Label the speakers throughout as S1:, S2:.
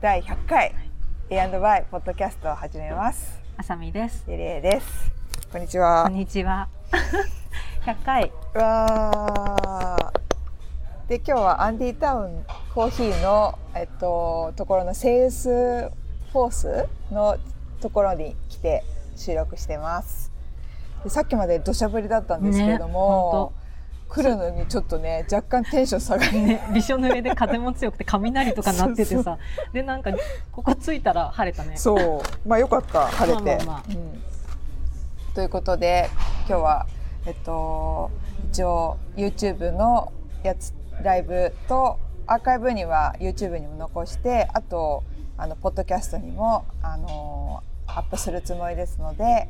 S1: 第100回 A&Y ポッドキャストを始めます。
S2: あさみです。
S1: ゆりえです。こんにち
S2: こ
S1: は
S2: ん。にちは。100回。
S1: わあ。で今日はアンディタウンコーヒーのえっとところのセールスフォースのところに来て収録してます。でさっきまで土砂降りだったんですけれども、来るのにちょっとね若干テンション下がり
S2: ね、びしょ濡れで風も強くて雷とか鳴ってて
S1: そ
S2: さ。で、なんか、ここ着いたら晴れたね。
S1: そう、まあよかった、晴れて。
S2: まあまあま
S1: うんということで、今日は、えっと、一応 YouTube のやつ、ライブと、アーカイブには YouTube にも残して、あと、あの、ポッドキャストにも、あの、アップするつもりですので、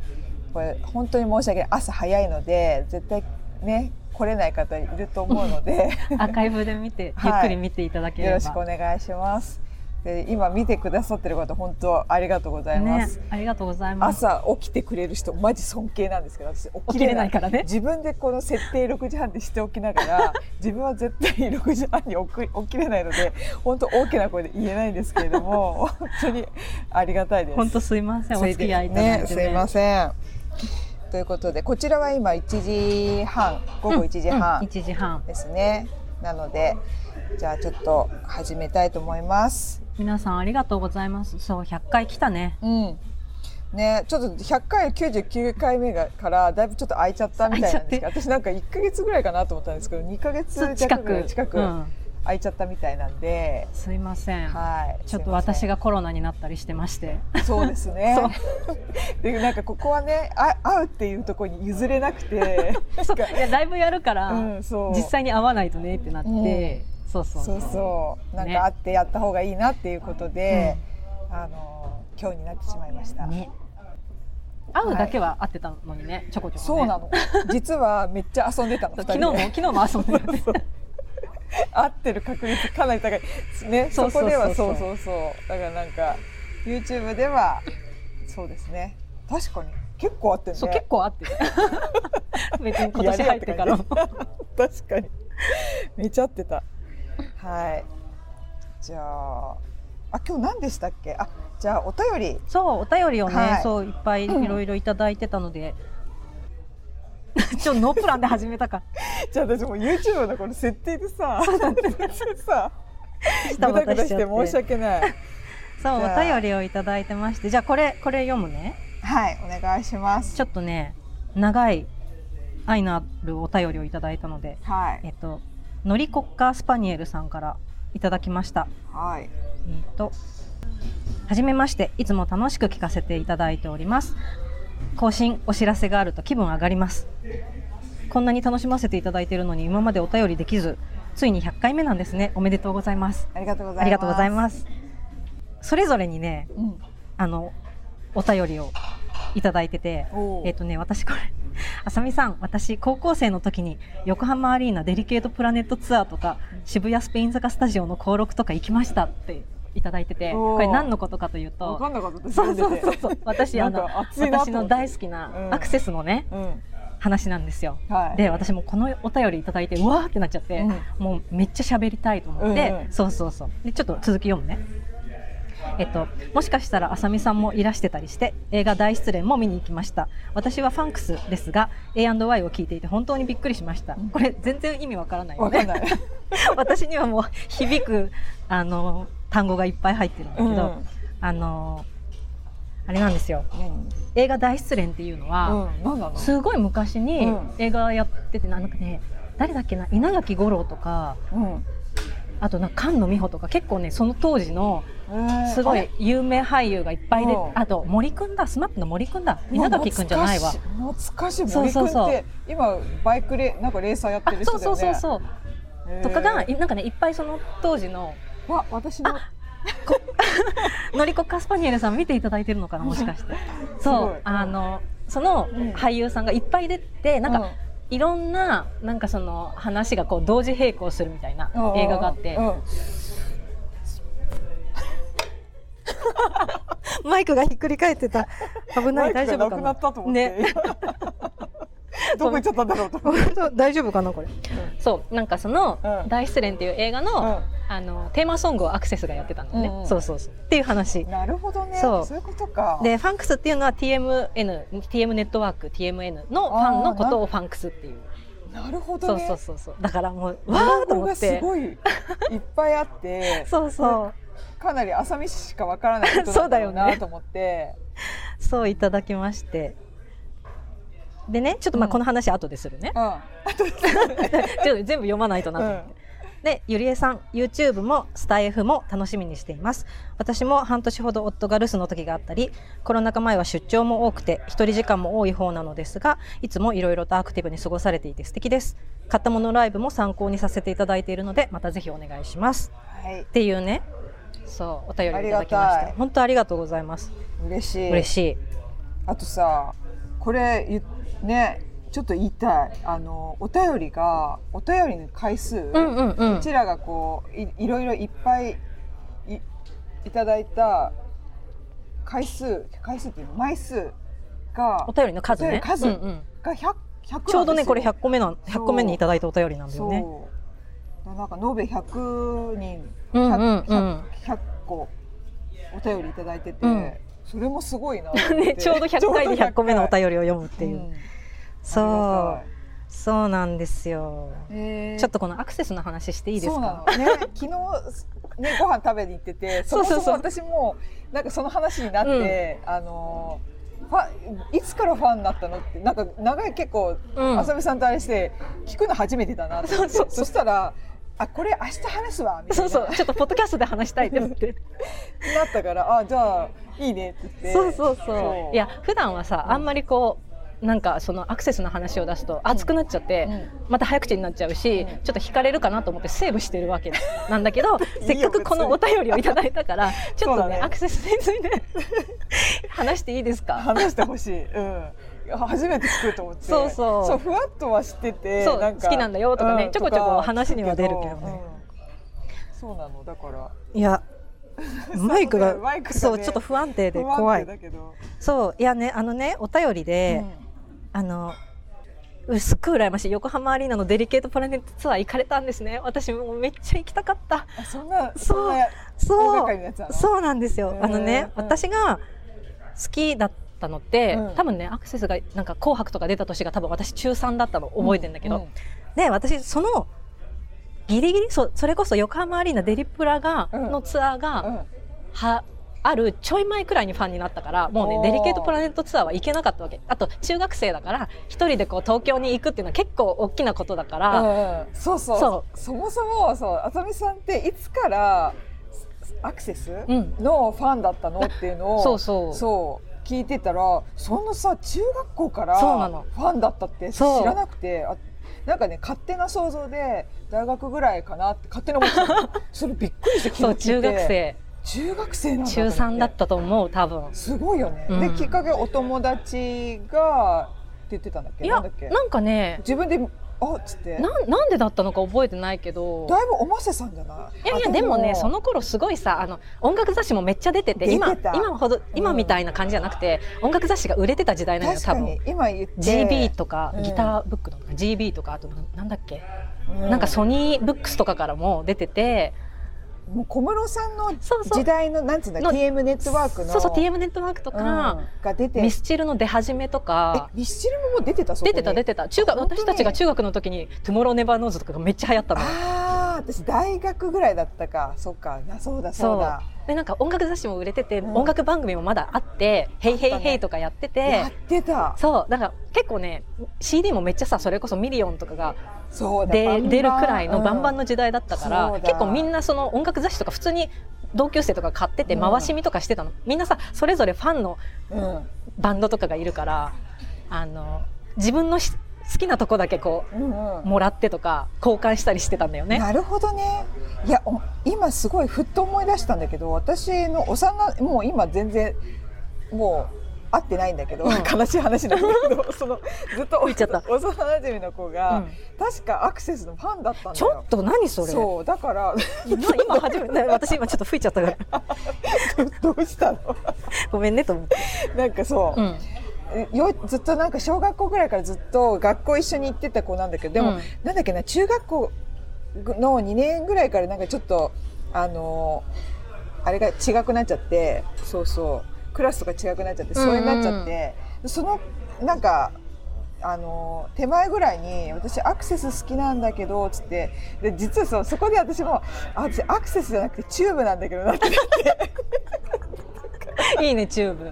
S1: これ、本当に申し訳ない。朝早いので、絶対ね、来れない方いると思うの で、
S2: アーカイブで見て、
S1: は
S2: ゆ
S1: い
S2: っくり見ていただけれ
S1: よ
S2: ば。
S1: ろしくお願いします。で今見てくださってる方本当ありがとうございま
S2: ね
S1: す、、
S2: ありがとうございます。
S1: 朝起きてくれる人マジ尊敬なんですけど私
S2: 起
S1: 起
S2: き
S1: きれ
S2: れ
S1: な
S2: ないいからね。
S1: 自分でこの設定6時半でしておきなが ら自分は絶対6時半に起き起きれないので本当大きな声で言えないんですけれど も本当にありがたいです。
S2: 本当すいません。お付き合いいただいて、
S1: ねすいませんということでこちらは今1時半午後1時
S2: うん
S1: 半
S2: 一時半。
S1: ですね、なのでじゃあちょっと始めたいと思います。
S2: 皆さんありがとうございます。そう、100回来たね。
S1: うん。ね、ちょっと100回99回目がからだいぶちょっと空いちゃったみたいなんですけど私なんか1か月ぐらいかなと思ったんですけど2か月弱
S2: 近
S1: ぐら
S2: く。
S1: い近く
S2: うん。
S1: 空いちゃったみたいなんで、
S2: すいません。
S1: はい
S2: ちょっと私
S1: が
S2: がコロナになったりしてまして。
S1: そうです ね でなんかここはねあ会うっていうところに譲れなく て
S2: そういやライブやるから、
S1: うんそう
S2: 実際に会わないとねってなって、そうそう
S1: そうそうなんか会ってやった方がいいなっていうことで、あの今日になってしまいました、
S2: ね会うだけは会ってたのにね、ちょこちょこ、ね、
S1: そうなの実はめっちゃ遊んでたの
S2: そう
S1: 2
S2: 昨
S1: 人
S2: 日
S1: で
S2: も昨日も遊ん でる
S1: そう 合ってる確率かなり高いね
S2: そ
S1: そう
S2: そうそうそう
S1: こではそうそうそうだからなんか YouTube ではそうですね確かに結構合ってるね
S2: そう結構会 ってた別に今年入ってからも
S1: 確かにめちゃ合ってたはいじゃああ今日何でしたっけあじゃあお便り
S2: そうお便りをね、
S1: はい
S2: そういっぱいいろいろいただいてたので、 ちょノープランで始めたか
S1: じゃあ私もう YouTube のこの設定でさ さ
S2: し
S1: ぐだぐだして申し訳ない
S2: そう
S1: じゃあ
S2: お便りをいただいてましてじゃあこれこれ読むね
S1: はいお願いします
S2: ちょっとね長い愛のあるお便りをいただいたので
S1: はい
S2: えっと、ノリコッカースパニエルさんからいただきました。
S1: はい
S2: えっと、はじめまして、いつも楽しく聞かせていただいております。更新、お知らせがあると気分上がります。こんなに楽しませていただいているのに今までお便りできず、ついに100回目なんですね。おめでとうございます。
S1: ありがとうございます
S2: ありがとうございます。それぞれにね、
S1: うん
S2: あの、お便りをいただいてて、
S1: おー
S2: えっ、とね、私これ、あさみさん、私、高校生の時に、横浜アリーナデリケートプラネットツアーとか、渋谷スペイン坂スタジオの登録とか行きましたっていただいてて、
S1: おー
S2: これ何のことかという
S1: わ
S2: と、
S1: かんなかった
S2: そうそ
S1: 自
S2: う
S1: 分
S2: そう
S1: で
S2: そう、私、あ
S1: なん
S2: の
S1: か、熱いなと
S2: 私
S1: 思って
S2: の大好き
S1: う
S2: なんアクセスのね、
S1: うん
S2: 話なんですよ。
S1: はい
S2: で、私もこのお便りいただいて、うわーってなっちゃって、
S1: うん
S2: もうめっちゃ喋りたいと思って、
S1: うんうん
S2: そうそうそうでちょっと続き読むねえっと、もしかしたらあさみさんもいらしてたりして映画「大失恋」も見に行きました私はファンクスですが A&Y を聞いていて本当にびっくりしましたこれ全然意味わからないよ
S1: わか
S2: ね
S1: んない
S2: 私にはもう響くあの単語がいっぱい入ってるんだけ ど、
S1: うん
S2: あのあれなんですよ
S1: 何
S2: 映画「大失恋」っていうのは、
S1: うん何なの
S2: すごい昔に
S1: うん
S2: 映画やってて、なんかね誰だっけな稲垣吾郎とか
S1: うん
S2: あとなんか菅野美穂とか結構ねその当時の
S1: えー
S2: すご
S1: あ
S2: い有名俳優がいっぱいで、
S1: うん
S2: あと森くんだスマップの森くんだ稲垣くんじゃないわ
S1: 懐かしい
S2: そう
S1: 懐
S2: そ
S1: かしい森君っ
S2: うそう
S1: て今バイクレなんかレーサーやっ
S2: あ
S1: てる
S2: そ
S1: 人
S2: う
S1: だよ
S2: そう
S1: ね
S2: そうそう、
S1: へー
S2: とかがいなんかねいっぱいその当時の
S1: わ私の
S2: のりこカスパニエルさん見ていただいてるのかなもしかして
S1: すご
S2: そ
S1: いう
S2: あのその
S1: うん
S2: 俳優さんがいっぱい出てなんか、いろんななんかその話がこう同時並行するみたいな
S1: うん
S2: 映画があって
S1: うんうん
S2: マイクがひっくり返ってた危
S1: マ
S2: な
S1: イ
S2: い
S1: クが
S2: 大丈
S1: な
S2: 夫か
S1: く
S2: な
S1: なったと思って、
S2: ね
S1: どこ行っちゃったんだろうと思って
S2: 大丈夫かなこれ、そうなんかその
S1: う
S2: 「
S1: ん
S2: 大失恋」っていう映画の、
S1: う
S2: あのテーマソングをアクセスがやってたのね、
S1: うんうん
S2: そうそうそうっていう話
S1: なるほどね
S2: そ
S1: そうういうことか
S2: でファンクスっていうのは TMN TM ネットワーク TMN のファンのことをファンクスっていう
S1: なるほ
S2: そ
S1: ど
S2: う
S1: ね
S2: そうそうそうだからもうわ
S1: 情
S2: ーと
S1: 報
S2: 思
S1: が
S2: っ
S1: す
S2: て
S1: ごいいっぱいあって
S2: そうそう
S1: かなり浅見市しかわからないことなんだろう
S2: そうだよ
S1: な
S2: ね
S1: と思って
S2: そういただきましてでねちょっとまあ
S1: うん
S2: この話後でするね、
S1: うん
S2: ちょっと全部読まないとなと思ってでゆりえさん YouTube もスタイフも楽しみにしています私も半年ほど夫が留守の時があったりコロナ禍前は出張も多くて一人時間も多い方なのですがいつもいろいろとアクティブに過ごされていて素敵です買ったものライブも参考にさせていただいているのでまたぜひお願いします
S1: はい
S2: っていうねそうお便りをいただきま
S1: あ
S2: し
S1: りがた
S2: た
S1: い
S2: 本当ありがとうございます
S1: 嬉しい
S2: 嬉しい
S1: あとさこれゆねちょっと言いたいあのお便りがお便りの回数、う
S2: うんうんうん
S1: ちらがこういいろいろいっぱいいいただいた回数回数っていうの枚数が
S2: お便りの
S1: お
S2: 数
S1: 便
S2: ね
S1: り数
S2: うんうん
S1: が 100, 100
S2: ちょうどねこれ
S1: 100
S2: 100個目の100個目にいただいたお便りなんだよね
S1: そうなんか延べ100人
S2: うんうんうん
S1: 100, 100 100個お便りいただいてて、
S2: うん
S1: それもすごいなと思って
S2: ねちょうど100回で100個目のお便りを読むっていう、
S1: ん
S2: そ
S1: あ
S2: うそうなんですよ、
S1: りがたいえー
S2: ちょっとこのアクセスの話していいですか
S1: そうなのね 昨日ねご飯食べに行っててそもそ
S2: そう
S1: も
S2: そう
S1: 私もなんかその話になって、あのファいつからファンになったのってなんか長い結構
S2: うん
S1: 浅見さんとあれして聞くの初めてだなと思って
S2: そうそ
S1: そ
S2: う
S1: したらあこれ明日話すわみたい
S2: そ
S1: な
S2: うそうちょっとポッドキャストで話したいって思って
S1: なったからあじゃあいいねって言って
S2: そうそうそういや普段はさ
S1: うん
S2: あんまりこうなんかそのアクセスの話を出すと熱くなっちゃって、
S1: うん
S2: また早口になっちゃうし、
S1: うん
S2: ちょっと惹かれるかなと思ってセーブしてるわけなんだけど
S1: いいよ
S2: せっかくこのお便りをいただいたからちょっ
S1: そ
S2: と
S1: う
S2: ね
S1: だね
S2: アクセスについて 話していいですか
S1: 話してほしい、うん、いや初めて聞くと思って
S2: そうそう
S1: そうふわっとは知ってて
S2: そう
S1: か
S2: 好きなんだよとかねちょこちょこと
S1: か
S2: 話には出るけどね
S1: うんそうなのだから
S2: いやマイクが
S1: そうねマイクがね
S2: そうちょっと不安定で
S1: 不安定
S2: 怖い
S1: だけど、
S2: そういやねあのねお便りで、あのうすっごい羨ましい横浜アリーナのデリケートプラネットツアー行かれたんですね私もうめっちゃ行きたかった
S1: あそんな
S2: そうん
S1: な大
S2: そ
S1: 掛かり
S2: う
S1: なやつなのう
S2: そうなんですよ
S1: へー
S2: あのね
S1: うん
S2: 私が好きだったのって、
S1: うん
S2: 多分ねアクセスがなんか「紅白」とか出た年が多分私中3だったの覚えてんだけど、
S1: ん
S2: で私そのギリギリそそれこそ横浜アリーナデリプラが、
S1: うん
S2: のツアーが、
S1: うん
S2: はあるちょい前くらいにファンになったからもう
S1: お
S2: ね
S1: ー
S2: デリケートプラネットツアーは行けなかったわけあと中学生だから一人でこう東京に行くっていうのは結構大きなことだから、
S1: うんうんそうそう
S2: そ
S1: そもそもそうあさみさんっていつからアクセス
S2: うん
S1: のファンだったのっていうのを
S2: そうそう
S1: そう聞いてたらそんなさ中学校からフ
S2: そうなの
S1: ァンだったって知
S2: そう
S1: らなくてあなんかね勝手な想像で大学ぐらいかなって勝手に思って たそれびっくりして聞いて
S2: そう中学生
S1: 中学生なんだと
S2: 中
S1: 思
S2: 3だったと思う多分
S1: すごいよね、
S2: うん
S1: できっかけお友達がって言ってたんだっけ
S2: い
S1: な
S2: や
S1: んだっけ
S2: なんかね
S1: 自分であっつって
S2: なんなんでだったのか覚えてないけど
S1: だいぶおませさんじゃない
S2: いやいや
S1: あ
S2: でもねその頃すごいさあの音楽雑誌もめっちゃ出てて
S1: 出て
S2: 今
S1: た
S2: 今ほど今みたいな感じじゃなくて、音楽雑誌が売れてた時代なのよ
S1: 確
S2: 多
S1: か
S2: 分
S1: に今言って、
S2: GB とか、
S1: うん
S2: ギターブックとか GB とかあとななんだっけ
S1: う
S2: なんかソニーブックスとかからも出てて、
S1: もう小室さんの
S2: そうそう
S1: 時代のなんつうんだ
S2: の
S1: TM ネットワークの
S2: そうそう TM ネットワークと
S1: う
S2: か、
S1: んが出て
S2: ミスチルの出始めと
S1: え
S2: か。
S1: ミスチルももう出てたそこに
S2: 出てた出てた中学
S1: 本当に
S2: 私たちが中学の時に「トゥモローネバーノーズ」とかがめっちゃ流行ったの
S1: ああ私大学ぐらいだったかそっかなそうだそうだ
S2: でなんか音楽雑誌も売れてて、
S1: うん
S2: 音楽番組もまだあって「ヘイヘイヘイ」とかやってて、
S1: やってた
S2: そうなんか結構ね CD もめっちゃさそれこそ「ミリオン」とかが
S1: そうだバ
S2: で
S1: ンバン
S2: 出るくらいのバンバン
S1: うん
S2: の時代だったか
S1: そ
S2: ら
S1: うだ
S2: 結構みんなその音楽雑誌とか普通に同級生とか買ってて回し見とかしてたの、みんなさそれぞれファンの
S1: うん
S2: バンドとかがいるからあの自分のし好きなとこだけこ
S1: うんうん
S2: うもらってとか交換したりしてたんだよね。
S1: なるほどねいやお今すごいふっと思い出したんだけど私の幼もう今全然もう会ってないんだけど、
S2: うん
S1: 悲しい話なんだけ どそのずっと
S2: いちゃった
S1: 幼馴染の子
S2: う
S1: が、
S2: ん
S1: 確かアクセスのファンだったんだよ
S2: ちょっと何それ
S1: そうだから
S2: 今今初めて私今ちょっと吹いちゃったから
S1: どうしたの
S2: ごめんねと思って、
S1: なんかそう
S2: う、ん
S1: よずっとなんか小学校ぐらいからずっと学校一緒に行ってた子なんだけどでも、
S2: うん
S1: なんだっけな中学校の2年ぐらいからなんかちょっとあのあれが違くなっちゃってそうそうクラスとか違くなっちゃってそれになっちゃって、そのなんかあの手前ぐらいに私アクセス好きなんだけどつってで実はそうそこで私もあ私アクセスじゃなくてチューブなんだけどなって
S2: いいねチューブ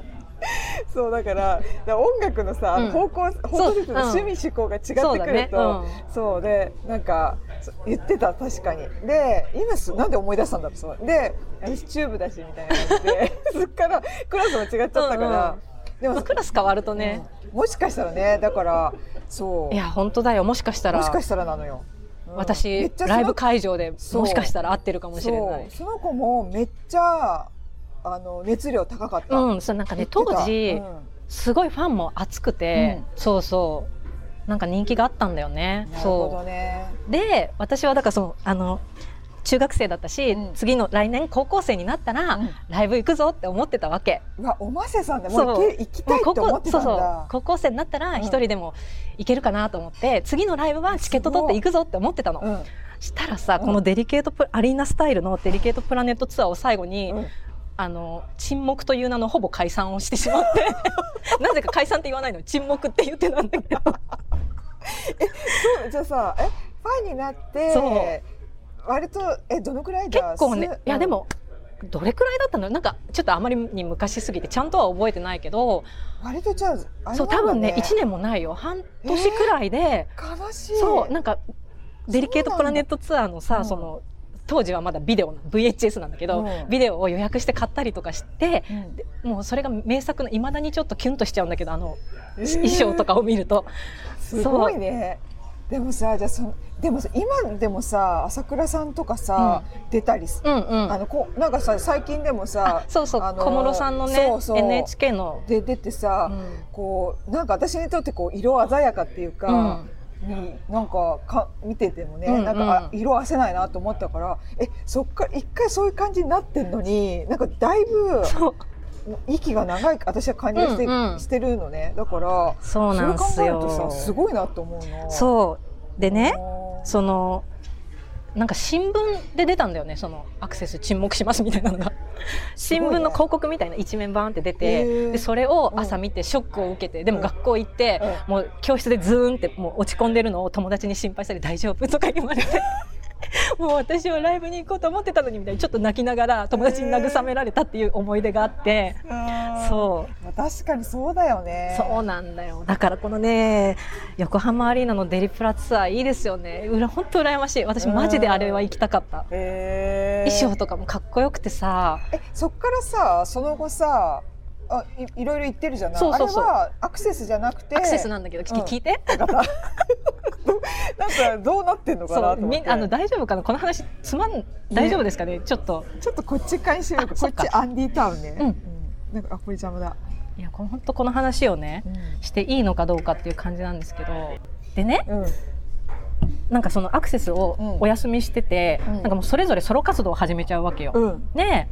S1: そうだからだから音楽のさ、
S2: うん
S1: 方向方向です
S2: そううん
S1: の趣味思考が違って
S2: そう
S1: く
S2: だ
S1: る
S2: ね、
S1: と。そうでなんかそ言ってた確かにで今すなんで思い出したんだろうそうで私チューブだしみたいな感じで そっからクラスも違っちゃったから、で
S2: うんま
S1: も
S2: あ、クラス変わるとね、
S1: うんもしかしたらねだからそう
S2: いや本当だよもしかしたら
S1: もしかしたらなのよ、うんめっ
S2: 私
S1: ちゃその
S2: ライブ会場でも
S1: そう
S2: しかしたら合ってるかもしれない
S1: そうその子もめっちゃあの熱量高かった、
S2: うんそうなんか
S1: 言っ
S2: ね
S1: てた
S2: 当時、
S1: うん
S2: すごいファンも熱くて、そうそうなんか人気があったんだよね
S1: なるほ
S2: そ
S1: どね
S2: うで私はだからそのあの中学生だったし、
S1: うん
S2: 次の来年高校生になったら、
S1: うん
S2: ライブ行くぞって思ってたわけ
S1: うわおませさんでもう行け行きたいって
S2: 高
S1: 思
S2: 校
S1: って
S2: そ
S1: た
S2: うんそう
S1: だ
S2: 高校生になったら
S1: うん
S2: 一人でも行けるかなと思って、次のライブはチケット取って行くぞって思ってたの、
S1: うん
S2: したらさ、
S1: うん
S2: このデリケートプアリーナスタイルのデリケートプラネットツアーを最後に、
S1: うん
S2: あの沈黙という名のほぼ解散をしてしまって なぜか解散って言 わないの沈黙って言ってたんだけど
S1: じゃあさえファンになって
S2: そう
S1: 割とえどのくらい
S2: 結
S1: だ
S2: 構
S1: す
S2: ねいやでもどれくらいだったのなんかちょっとあまりに昔すぎてちゃんとは覚えてないけど
S1: 割とじゃああれ
S2: そう多分ね1
S1: 年
S2: 年もないよ半年くらいで、
S1: 悲しい
S2: そうなんかデリケートプラネットツアーのさ
S1: うん
S2: その当時はまだビデオな VHS なんだけど、
S1: うん
S2: ビデオを予約して買ったりとかして
S1: うん
S2: もうそれが名作のいまだにちょっとキュンとしちゃうんだけどあの
S1: えー
S2: 衣装とかを見ると、
S1: すごいねでもさじゃあそのでもさ今でもさ朝倉さんとかさ出たりす
S2: うんうん
S1: あのこうなんかさ最近でも
S2: あ
S1: さ
S2: そうそう、
S1: あのー
S2: 小室さんのね
S1: そうそう
S2: NHK の、
S1: で出て
S2: う
S1: さ
S2: ん
S1: こうなんか私にとってこう色鮮やかっていうかになんかか見ててもね、
S2: うんうん
S1: なんかあ色褪せないなと思ったからえそっから一回そういう感じになってんのになんかだいぶ
S2: そう
S1: 息が長い私は感じがして,、
S2: うんうん
S1: してるのねだから
S2: そうなんす
S1: それ考える
S2: よ
S1: とさすごいなと思うの
S2: そう
S1: う
S2: でねそのなんか新聞で出たんだよねそのアクセス沈黙しますみたいなのが新聞の広告みたいな一面バーンって出
S1: へ
S2: て、
S1: ー
S2: でそれを朝見てショックを受けてでも
S1: うん
S2: 学校行って、もう教室でズーンってもう落ち込んでるのを友達に心配したり大丈夫とか言われ てもう私はライブに行こうと思ってたのにみたいにちょっと泣きながら友達に慰められたっていう思い出があって、
S1: そ
S2: そう
S1: うん確かにそうだよね
S2: そうなんだよだからこのね横浜アリーナのデリプラツアーいいですよねうら本当羨ましい私マジであれは行きたかった、
S1: へー
S2: 衣装とかもかっこよくてさ
S1: えそっからさその後さあいいろいろ言ってるじゃない
S2: そうそうそう
S1: あれはアクセスじゃなくて
S2: アクセスなんだけど、聞
S1: うん
S2: 聞いて
S1: なんかどうなってんのか
S2: そ
S1: な
S2: う
S1: と思っ
S2: み
S1: て
S2: あの大丈夫かなこの話つまん大丈夫ですかねちょっと
S1: ちょっとこっち返してみようか
S2: あそ
S1: こ
S2: っ
S1: っ
S2: か
S1: ちアンディタウンね、
S2: うん
S1: んなんかあこれ邪魔だ、
S2: いやこ本当この話をねしていいのかどうかっていう感じなんですけどでね
S1: うん
S2: なんかそのアクセスを
S1: うん
S2: お休みしてて、
S1: うん
S2: なんかもうそれぞれソロ活動を始めちゃうわけよ、
S1: うん
S2: で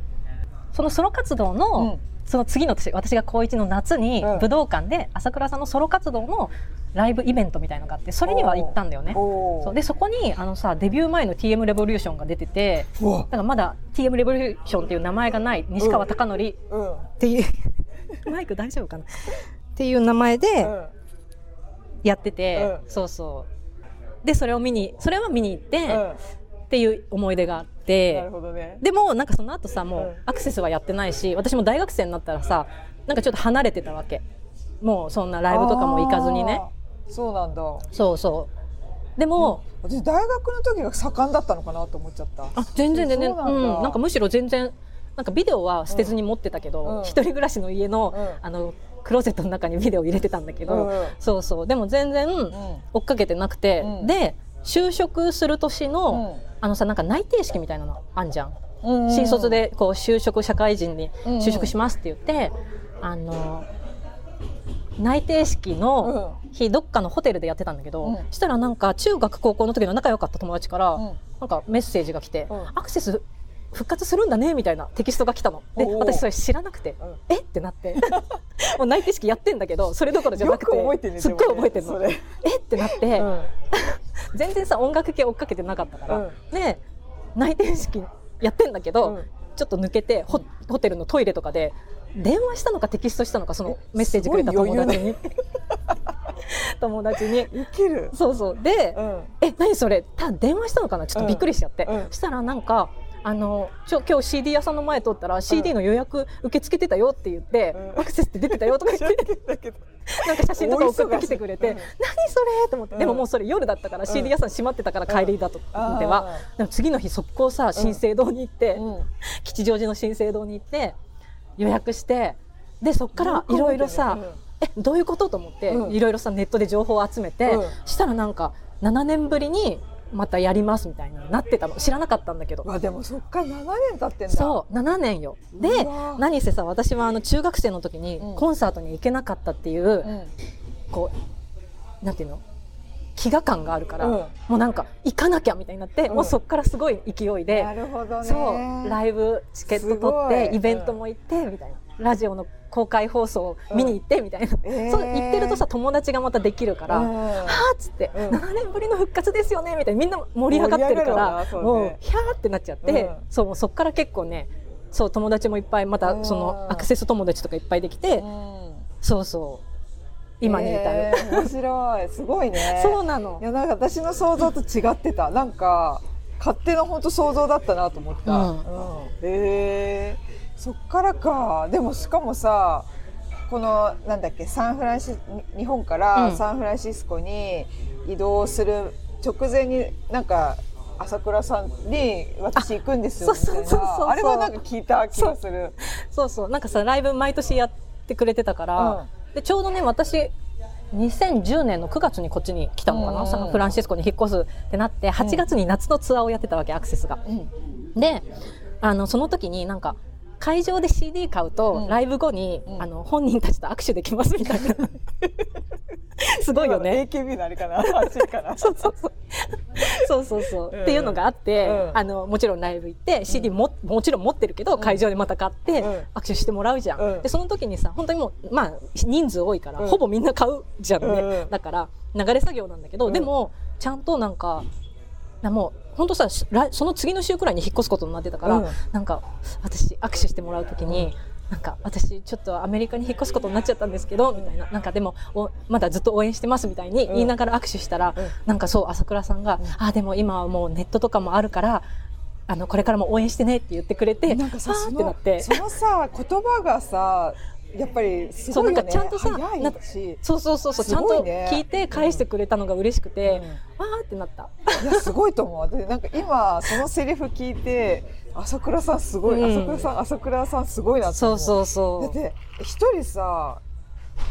S2: そのソロ活動の、
S1: うん
S2: その次の年私が高1の夏に
S1: うん
S2: 武道館で朝倉さんのソロ活動のライブイベントみたいのがあってそれには行ったんだよね。
S1: お
S2: そう
S1: お
S2: でそこにあのさデビュー前の TM レボリューションが出てて
S1: うわ
S2: だからまだ TM レボリューションっていう名前がない西川貴教っ
S1: うん
S2: ていう、 マイク大丈夫かなっていう名前
S1: う
S2: で
S1: ん
S2: やってて、
S1: う
S2: そうそうでそれを見にそれは見に行って、
S1: うん
S2: っていう思い出があっ
S1: なる
S2: て
S1: ほどね
S2: でもなんかその後さもう
S1: うん
S2: アクセスはやってないし私も大学生になったらさなんかちょっと離れてたわけもうそんなライブとかも行かずにね
S1: あーそうなんだ
S2: そうそうでも、
S1: 私大学の時が盛んだったのかなと思っちゃった
S2: あ全然全然
S1: そう
S2: う
S1: なんんだ
S2: なんかむしろ全然なんかビデオは捨てずに持ってたけど、
S1: うん
S2: 一人暮らしの家の,、
S1: うん
S2: あのクローゼットの中にビデオ入れてたんだけど、
S1: うん
S2: そうそうでも全然
S1: うん
S2: 追っかけてなくて、
S1: うん
S2: で就職する年の、あのさなんか内定式みたいなのあんじゃん
S1: うんうん
S2: 新卒でこう就職社会人に
S1: うんうん
S2: 就職しますって言って、あの内定式の日どっかのホテルでやってたんだけど、
S1: うん
S2: したらなんか中学高校の時の仲良かった友達から、
S1: うんうん
S2: なんかメッセージが来て、
S1: うん
S2: アクセス復活するんだねみたいなテキストが来たので
S1: おー
S2: 私それ知らなくて、
S1: うん
S2: えってなって もう内定式やってんだけどそれどころじゃな
S1: よ
S2: く
S1: く
S2: て
S1: 覚えてるね
S2: すっごい覚えてる
S1: そ
S2: の
S1: れ
S2: えってなって、
S1: うん
S2: 全然さ音楽系追っかけてなかったから、
S1: うん
S2: で内定式やってんだけ
S3: う
S2: ど、
S3: ん
S2: ちょっと抜けてホホテルのトイレとかで電話したのかテキストしたのかそのメッセージくれた
S1: すごい
S2: 友
S1: 余
S2: 達
S1: 裕
S2: に 友達に
S1: いける
S2: そうそうで
S1: う、 ん
S2: え何それた電話したのかなちょっとびっくりしちゃって、
S1: うんうん
S2: したらなんかあのちょ今日 CD 屋さんの前通ったら CD の予約受け付けてたよって言って、
S1: うん
S2: アクセスって出てたよとか言 って
S1: だけど
S2: なんか写真とか送ってきてくれて、
S1: 大忙
S2: 何
S1: しい
S2: それと思って、
S1: うん
S2: でももうそれ夜だったから CD 屋さん閉まってたから帰りだと思っては、でも次の日速攻さ新生堂に行って、
S1: うん
S2: 吉祥寺の新生堂に行って予約してでそっからいろいろさ、えどういうことと思って
S1: うん
S2: いろいろさネットで情報を集めて、
S1: うん
S2: したらなんか7年ぶりにまたやりますみたいななってたの知らなかったんだけど
S1: うわでもそっから7年経ってんだ
S2: そう7年よで
S1: うわ
S2: 何せさ私はあの中学生の時に
S1: うん
S2: コンサートに行けなかったっていう、
S1: うん
S2: こうなんていうの飢餓感があるから、
S1: うん
S2: もうなんか行かなきゃみたいになって、
S1: うん
S2: もうそっからすごい勢いで
S1: なるほどね
S2: そうライブチケット取
S1: す
S2: っ
S1: ご
S2: て
S1: い
S2: イベントも行ってみたいな、ラジオの公開放送を見に行ってみたいな、
S1: えー
S2: そう行ってるとさ友達がまたできるから、
S1: うん
S2: はあっつって、
S1: うん
S2: 7年ぶりの復活ですよねみたいなみんな盛り上がってるか
S1: 盛り上が
S2: ら
S1: るわなそうね
S2: もうひゃーってなっちゃって、
S1: うん
S2: そうもうそっから結構ねそう友達もいっぱいま
S1: う
S2: た
S1: ん
S2: そのアクセス友達とかいっぱいできて、
S1: うん
S2: そうそう今に至る、
S1: えー面白いすごいね
S2: そうなの
S1: いやなんか私の想像と違ってたなんか勝手な本当想像だったなと思った、
S2: うん
S1: うんへえそっからかでもしかもさこのなんだっけサンフランシ日本か
S2: う
S1: ら
S2: ん
S1: サンフランシスコに移動する直前になんか朝倉さんに私行くんですよ
S2: あ
S1: みたいな
S2: そうそうそうそう
S1: あれはなんか聞いた気がする
S2: そうそうなんかさライブ毎年やってくれてたから、でちょうどね私2010年の9月にこっちに来たのかな、
S1: うん
S2: サンフランシスコに引っ越すってなって8月に夏のツアーをやってたわけアクセスが。
S1: うん
S2: であのその時になんか会場で CD 買うと、
S1: うん
S2: ライブ後に、
S1: うん
S2: あの本人たちと握手できますみたい なすごいよね。
S1: 今の AKB のあれかな 走るかな
S2: そうそうそうそうそうそう、
S1: うん
S2: っていうのがあって、
S1: うん
S2: あのもちろんライブ行って CD も,、もちろん持ってるけど会場でまた買って、
S1: うん
S2: 握手してもらうじゃん、
S1: うん
S2: でその時にさ本当にもうまあ人数多いから、
S1: うん
S2: ほぼみんな買うじゃんね、
S1: うんうん
S2: だから流れ作業なんだけど、
S1: うん
S2: でもちゃんとなんかなもう本当さし来その次の週くらいに引っ越すことになってたから、
S1: うん
S2: なんか私握手してもらう時に。なんか私ちょっとアメリカに引っ越すことになっちゃったんですけどみたいななんかでもおまだずっと応援してますみたいに言いながら握手したら、
S1: うん
S2: なんかそう朝倉さんが、あでも今はもうネットとかもあるからあのこれからも応援してねって言ってくれて
S1: なんかさ
S2: あー
S1: そ
S2: ってな
S1: の
S2: って
S1: そのさ言葉がさやっぱりすごいよね
S2: そうなんかちゃんとさ
S1: 早い
S2: なんか
S1: し
S2: そうそうそうそう、ち
S1: す
S2: ゃん
S1: ごい
S2: と
S1: ね
S2: 聞いて返してくれたのが嬉しくて、わーってなった
S1: いやすごいと思うでなんか今そのセリフ聞いて朝倉さんすごい、朝
S2: うん
S1: 倉さん朝倉さんすごいなって
S2: そ
S1: 思
S2: うそう
S1: だっ
S2: そ
S1: て一人さ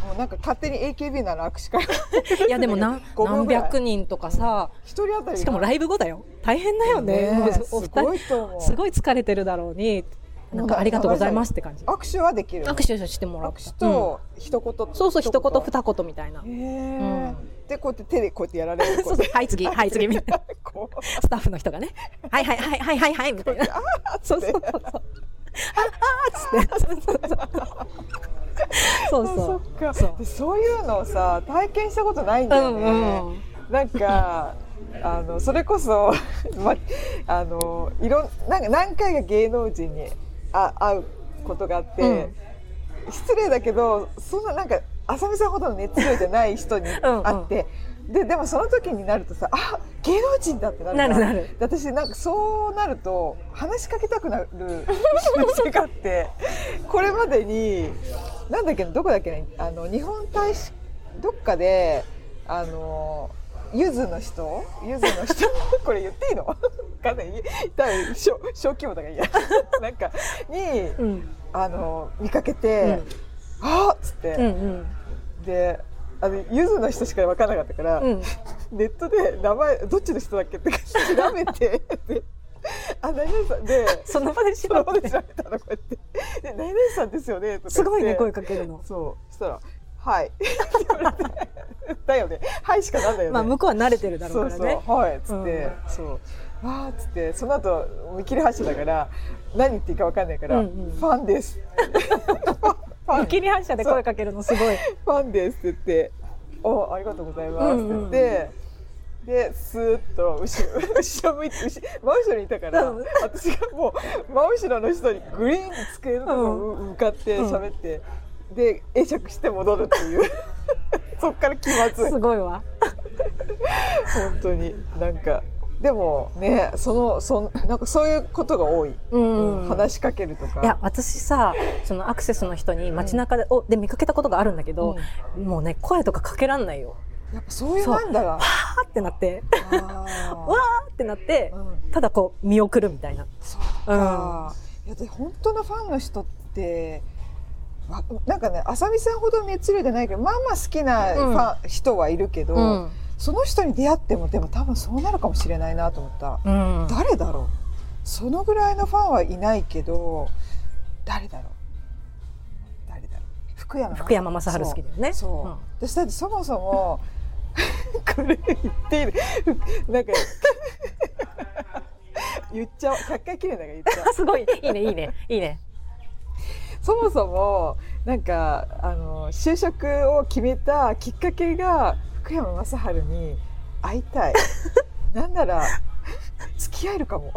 S1: もうなんか勝手に AKB なら握手会
S2: ういやでも何
S1: 5分
S2: 何
S1: ぐらい
S2: 百人とかさ、
S1: 一人当たり
S2: しかもライブ後だよ大変だよね
S1: ねえ
S2: お
S1: す
S2: 二
S1: ご
S2: 人
S1: いと思う
S2: すごい疲れてるだろうになんかありがとうございますって感じ
S1: 握手はできる
S2: 握手してもらっ
S1: 握
S2: た
S1: 手と一言、
S2: うんそうそう一言二言みたいな
S1: へえ、でこうやって手でこうやってやられる
S2: そうそうはい次はい次みたいな
S1: こう
S2: スタッフの人がねはいはいはいはいはいはいみたいな そうそうそうそうああーっつってそう そうそうそうそう
S1: っか
S2: そう
S1: でそういうのをさ体験したことないんだ
S2: う
S1: よね、
S2: んうん
S1: なんかあのそれこそ、 ま、あのいろんなんか何回か芸能人にあ会うことがあって、失礼だけどそんななんか浅見さんほどの熱量じゃない人に
S2: んうん
S1: 会って。ででもその時になるとさあ芸能人だってなるから
S2: なるなる
S1: で私なんかそうなると話しかけたくなる癖があってこれまでになんだっけなどこだっけねあの日本大使どっかであのゆずの人ゆずの人 これ言っていいのわかんない多分小小規模だからいいや なんかに
S2: うん
S1: あの見かけて、あっつって、
S2: うんうん
S1: であのゆずの人しか分からなかったから、
S2: うん
S1: ネットで名前どっちの人だっけって調べてであ何々さんで
S2: その場で
S1: そ
S2: し
S1: の
S2: ろ
S1: まま調べたらこうやって「で何々さんですよね」とか言って
S2: すごいね声かけるの
S1: そうそしたら「はい」って言われてだよね「はい」しかなんだよね、
S2: まあ向こうは慣れてるだろ
S1: そうう
S2: から
S1: そう、
S2: ね
S1: はいっつって、そうわーっつってその後見切り発車だから何言っていいかわかんないから、
S2: うんうん
S1: ファンですファン
S2: 見切り反射で声かけるのすごい
S1: ファンですって言って、お、ありがとうございますって言って、でスーッと後ろ後ろ向いて後ろ真後ろにいたから
S2: うん
S1: 私がもう真後ろの人にグリーンって机のところう向かって喋って、で会釈して戻るっていう そっから気まずい
S2: すごいわ。
S1: 本当になんかでもねそのそんなんかそういうことが多い、
S2: うん。
S1: 話しかけるとか
S2: いや私さそのアクセスの人に街中で、おで見かけたことがあるんだけ
S1: うん
S2: ど、もうね声とかかけらんないよ
S1: やっぱそういうなんだが
S2: パーってなって
S1: あ
S2: わーってなって
S1: ーうん
S2: ただこう見送るみたいな
S1: そっか、いやで本当のファンの人ってわなんかね浅見さんほど熱量じゃないけどまあまあ好きなファン、人はいるけど、
S2: うん、
S1: その人に出会ってもでも多分そうなるかもしれないなと思った、
S2: うん、
S1: 誰だろうそのぐらいのファンはいないけど誰だろう誰だろう福山雅治
S2: 福山雅治好きだよね
S1: そう、
S2: うん
S1: 私だってそもそも これ言っているなんか 言っちゃおう100回綺麗だから言っちゃおう
S2: あすごいいいねいいねいいね
S1: そもそもなんかあの就職を決めたきっかけが福山雅治に会い たいなんなら付き合えるかも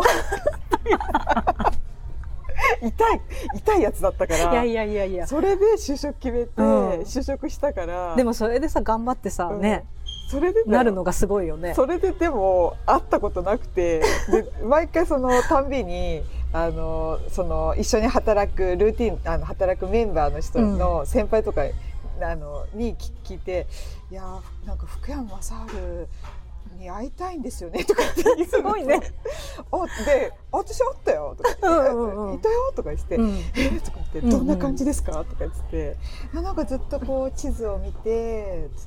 S1: 痛い痛いやつだったか
S2: いや
S1: ら
S2: いやいやいや
S1: それで就職決めて、
S2: うん
S1: 就職したから
S2: でもそれでさ頑張ってさ、
S1: うん
S2: ね
S1: それでだよ
S2: なるのがすごいよね
S1: それででも会ったことなくてで毎回そのたんびにあのその一緒に働くルーティンあの働くメンバーの人の先輩とか、あのに聞聞いて「いやーなんか福山雅治に会いたいんですよね」とかって言うの
S2: すごいね。
S1: おで「あ私会ったよ」とか言って
S2: うんうんうん
S1: いたよ」とか言って
S2: うん
S1: えーとか言って「どんな感じですか?」とか言って「あなんかずっとこう地図を見て」つっ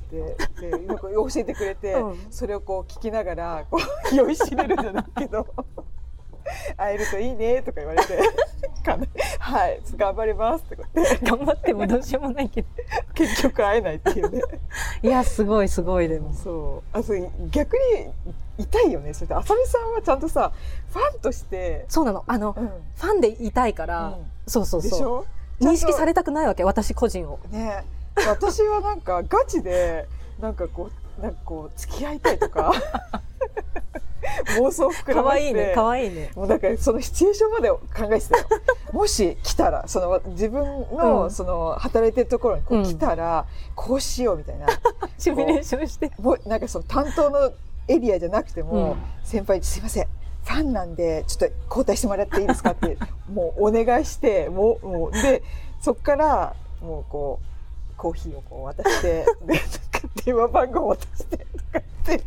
S1: てでなんか教えてくれて、
S2: うん
S1: それを こう聞きながらこう酔いしれるじゃないけど 「会えるといいね」とか言われて 「かなはい頑張ります」とか言って
S2: 頑張ってもどうしようもないけど
S1: 結局会えないっていうね
S2: いやすごいすごいで も
S1: そうあそう逆に痛いよねそれで浅見さんはちゃんとさファンとして、
S2: そうなのあの
S1: うん
S2: ファンでいたいから、そうそう
S1: で
S2: そう
S1: しょ
S2: 認識さ
S1: れ
S2: れたくないわけ私個人を
S1: ね私はなんかガチでなんかこうなんかこう付き合いたいと か妄想膨ら
S2: 可
S1: ませ
S2: 愛
S1: て
S2: いね可愛いね
S1: もうだからそのシチュエーションまで考えてた よもし来たらその自分
S2: う
S1: の
S2: ん
S1: その働いてるところにこ
S2: う
S1: うん来たらこうしようみたいな
S2: シミュレーションして
S1: もうなんかその担当のエリアじゃなくても
S2: うん
S1: 先輩に「すいませんファンなんでちょっと交代してもらっていいですか?」って もうお願いしてもうもうでそっからもうこうコーヒーをこう渡して でなんか電話番号を渡してとか言 って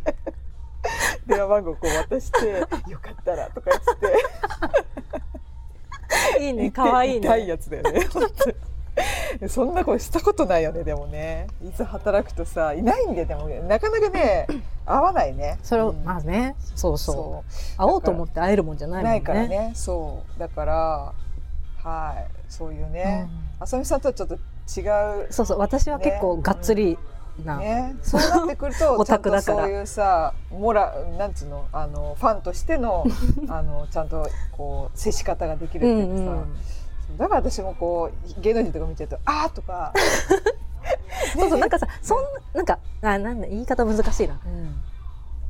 S1: 電話番号をこう渡して「よかったら」とか言って。
S2: いい
S1: 言っ
S2: ね
S1: て
S2: 可愛い
S1: 痛い
S2: ね
S1: やつだよね。本当にそんなことしたことないよねでもねいつ働くとさいないんででもなかなかね合わないね
S2: それを、
S1: うん
S2: まあねそうそう
S1: そう
S2: 会おうと思って会えるもんじゃないもん
S1: な
S2: ね
S1: いからね、そうだからはいそういうね、浅見さんとはちょっと違
S2: うんそうそう私は結構がっつりな、
S1: うねそうなってくると
S2: オ
S1: ちゃ
S2: タ
S1: ん
S2: ク
S1: と
S2: だから
S1: そういうさモラなんつうのあのファンとして のあのちゃんとこう接し方ができるっ
S2: う
S1: てい
S2: ん
S1: うか
S2: う
S1: さ、
S2: ん
S1: だから私もこう芸能人とか見てると「あー」とか
S2: そうそうなんかさそんなんかあなんだ言い方難しいな
S1: うん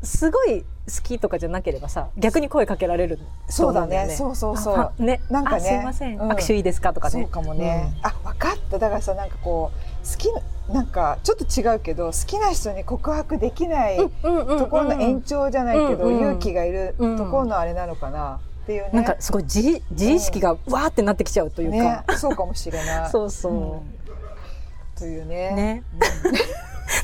S2: すごい好きとかじゃなければさ逆に声かけられる
S1: そうだね
S2: う
S1: そうそう
S2: 思ん
S1: そ
S2: よねあ
S1: うな
S2: ファンね
S1: んかね
S2: あすいません、
S1: うん
S2: 握手いいですかとか
S1: そう
S2: ね
S1: かもね、あ分かっただからさなんかこう好きななんかちょっと違うけど好きな人に告白できない
S2: うんうんうんうん
S1: ところの延長じゃないけど、
S2: うんうん
S1: 勇気がいるところのあれなのかなっていうね
S2: なんかすごい自自意識がわーってなってきちゃうという
S1: ね
S2: か、
S1: そうかもしれない
S2: そうそう、
S1: うんというね
S2: ね
S1: うん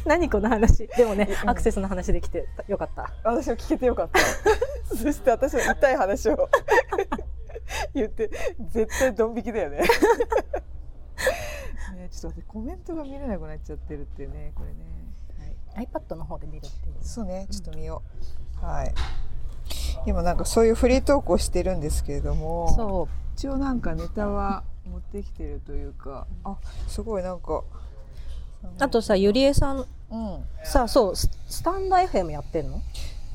S2: 何この話でもね、
S1: うん
S2: アクセスの話できてよかった
S1: 私は聞けてよかった そして私の痛い話を言って絶対ドン引きだ よねねちょっと待ってコメントが見れなくなっちゃってるっていうねこれね、はい、
S2: iPad の方で見るっていう
S1: そうねちょっと見よう、はい今なんかそういうフリートークをしてるんですけれども
S2: そ
S1: 一応なんかネタは持ってきてるというかあすごいなんか
S2: うあとさゆりえさん
S1: うん
S2: さそうススタンド FM やってんの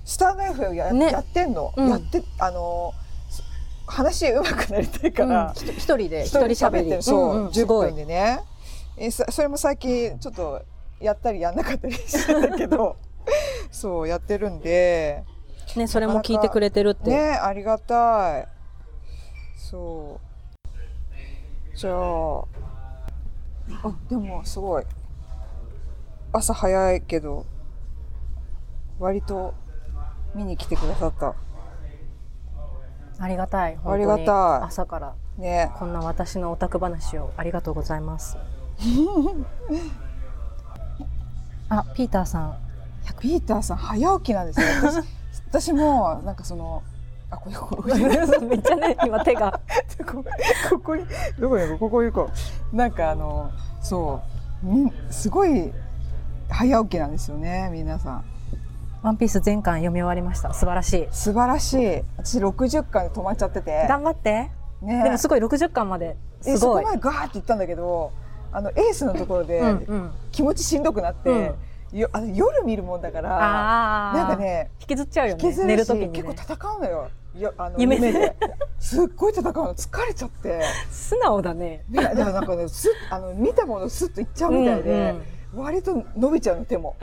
S1: スターナイフや,、
S2: ね
S1: やってんの、
S2: うん
S1: やってあのそ話上手くなりたいから、
S2: うんひと一人で一人喋
S1: って
S2: り
S1: るそう、
S2: んん
S1: 10
S2: すごい
S1: 分でね えさそれも最近ちょっとやったりやんなかったりしてたけどそうやってるんで
S2: ね、それも聞いてくれてるって。
S1: ねありがたいそうじゃああでもすごい朝早いけど割と見に来てくださった
S2: ありがたい。本当に
S1: ありがたい
S2: 朝から
S1: ね
S2: こんな私のオタク話をありがとうござ います。あ、ピーターさん。
S1: ピーターさん早起きなんですよ私 私もなんかそのあこれここ
S2: めっちゃね、今手が。
S1: こここにどこに行こうここ行こうなんかあのそうみすごい早起きなんですよね皆さん
S2: ワンピース全巻読み終わりました。素晴らしい。
S1: 素晴らしい私60巻で止まっちゃってて
S2: 頑張って。
S1: ね
S2: でもすごい60巻まで。
S1: え
S2: す
S1: そ
S2: ご
S1: こ
S2: い。
S1: までガーって言ったんだけどあのエースのところで
S2: うんうん。
S1: 気持ちしんどくなって、よあの夜見るもんだから
S2: ああ。
S1: なんか。ね
S2: 引きずっちゃうよ
S1: 引き
S2: ね。
S1: ず
S2: 寝
S1: る
S2: る
S1: し、
S2: 時にね。
S1: 結構戦うのよよあの
S2: 夢で
S1: ですっごい戦うの疲れちゃって、
S2: 素直だね。
S1: ね、でもなんかねすあの見たものすっといっちゃうみたいで。
S2: うん
S1: 割と伸びちゃうの手 も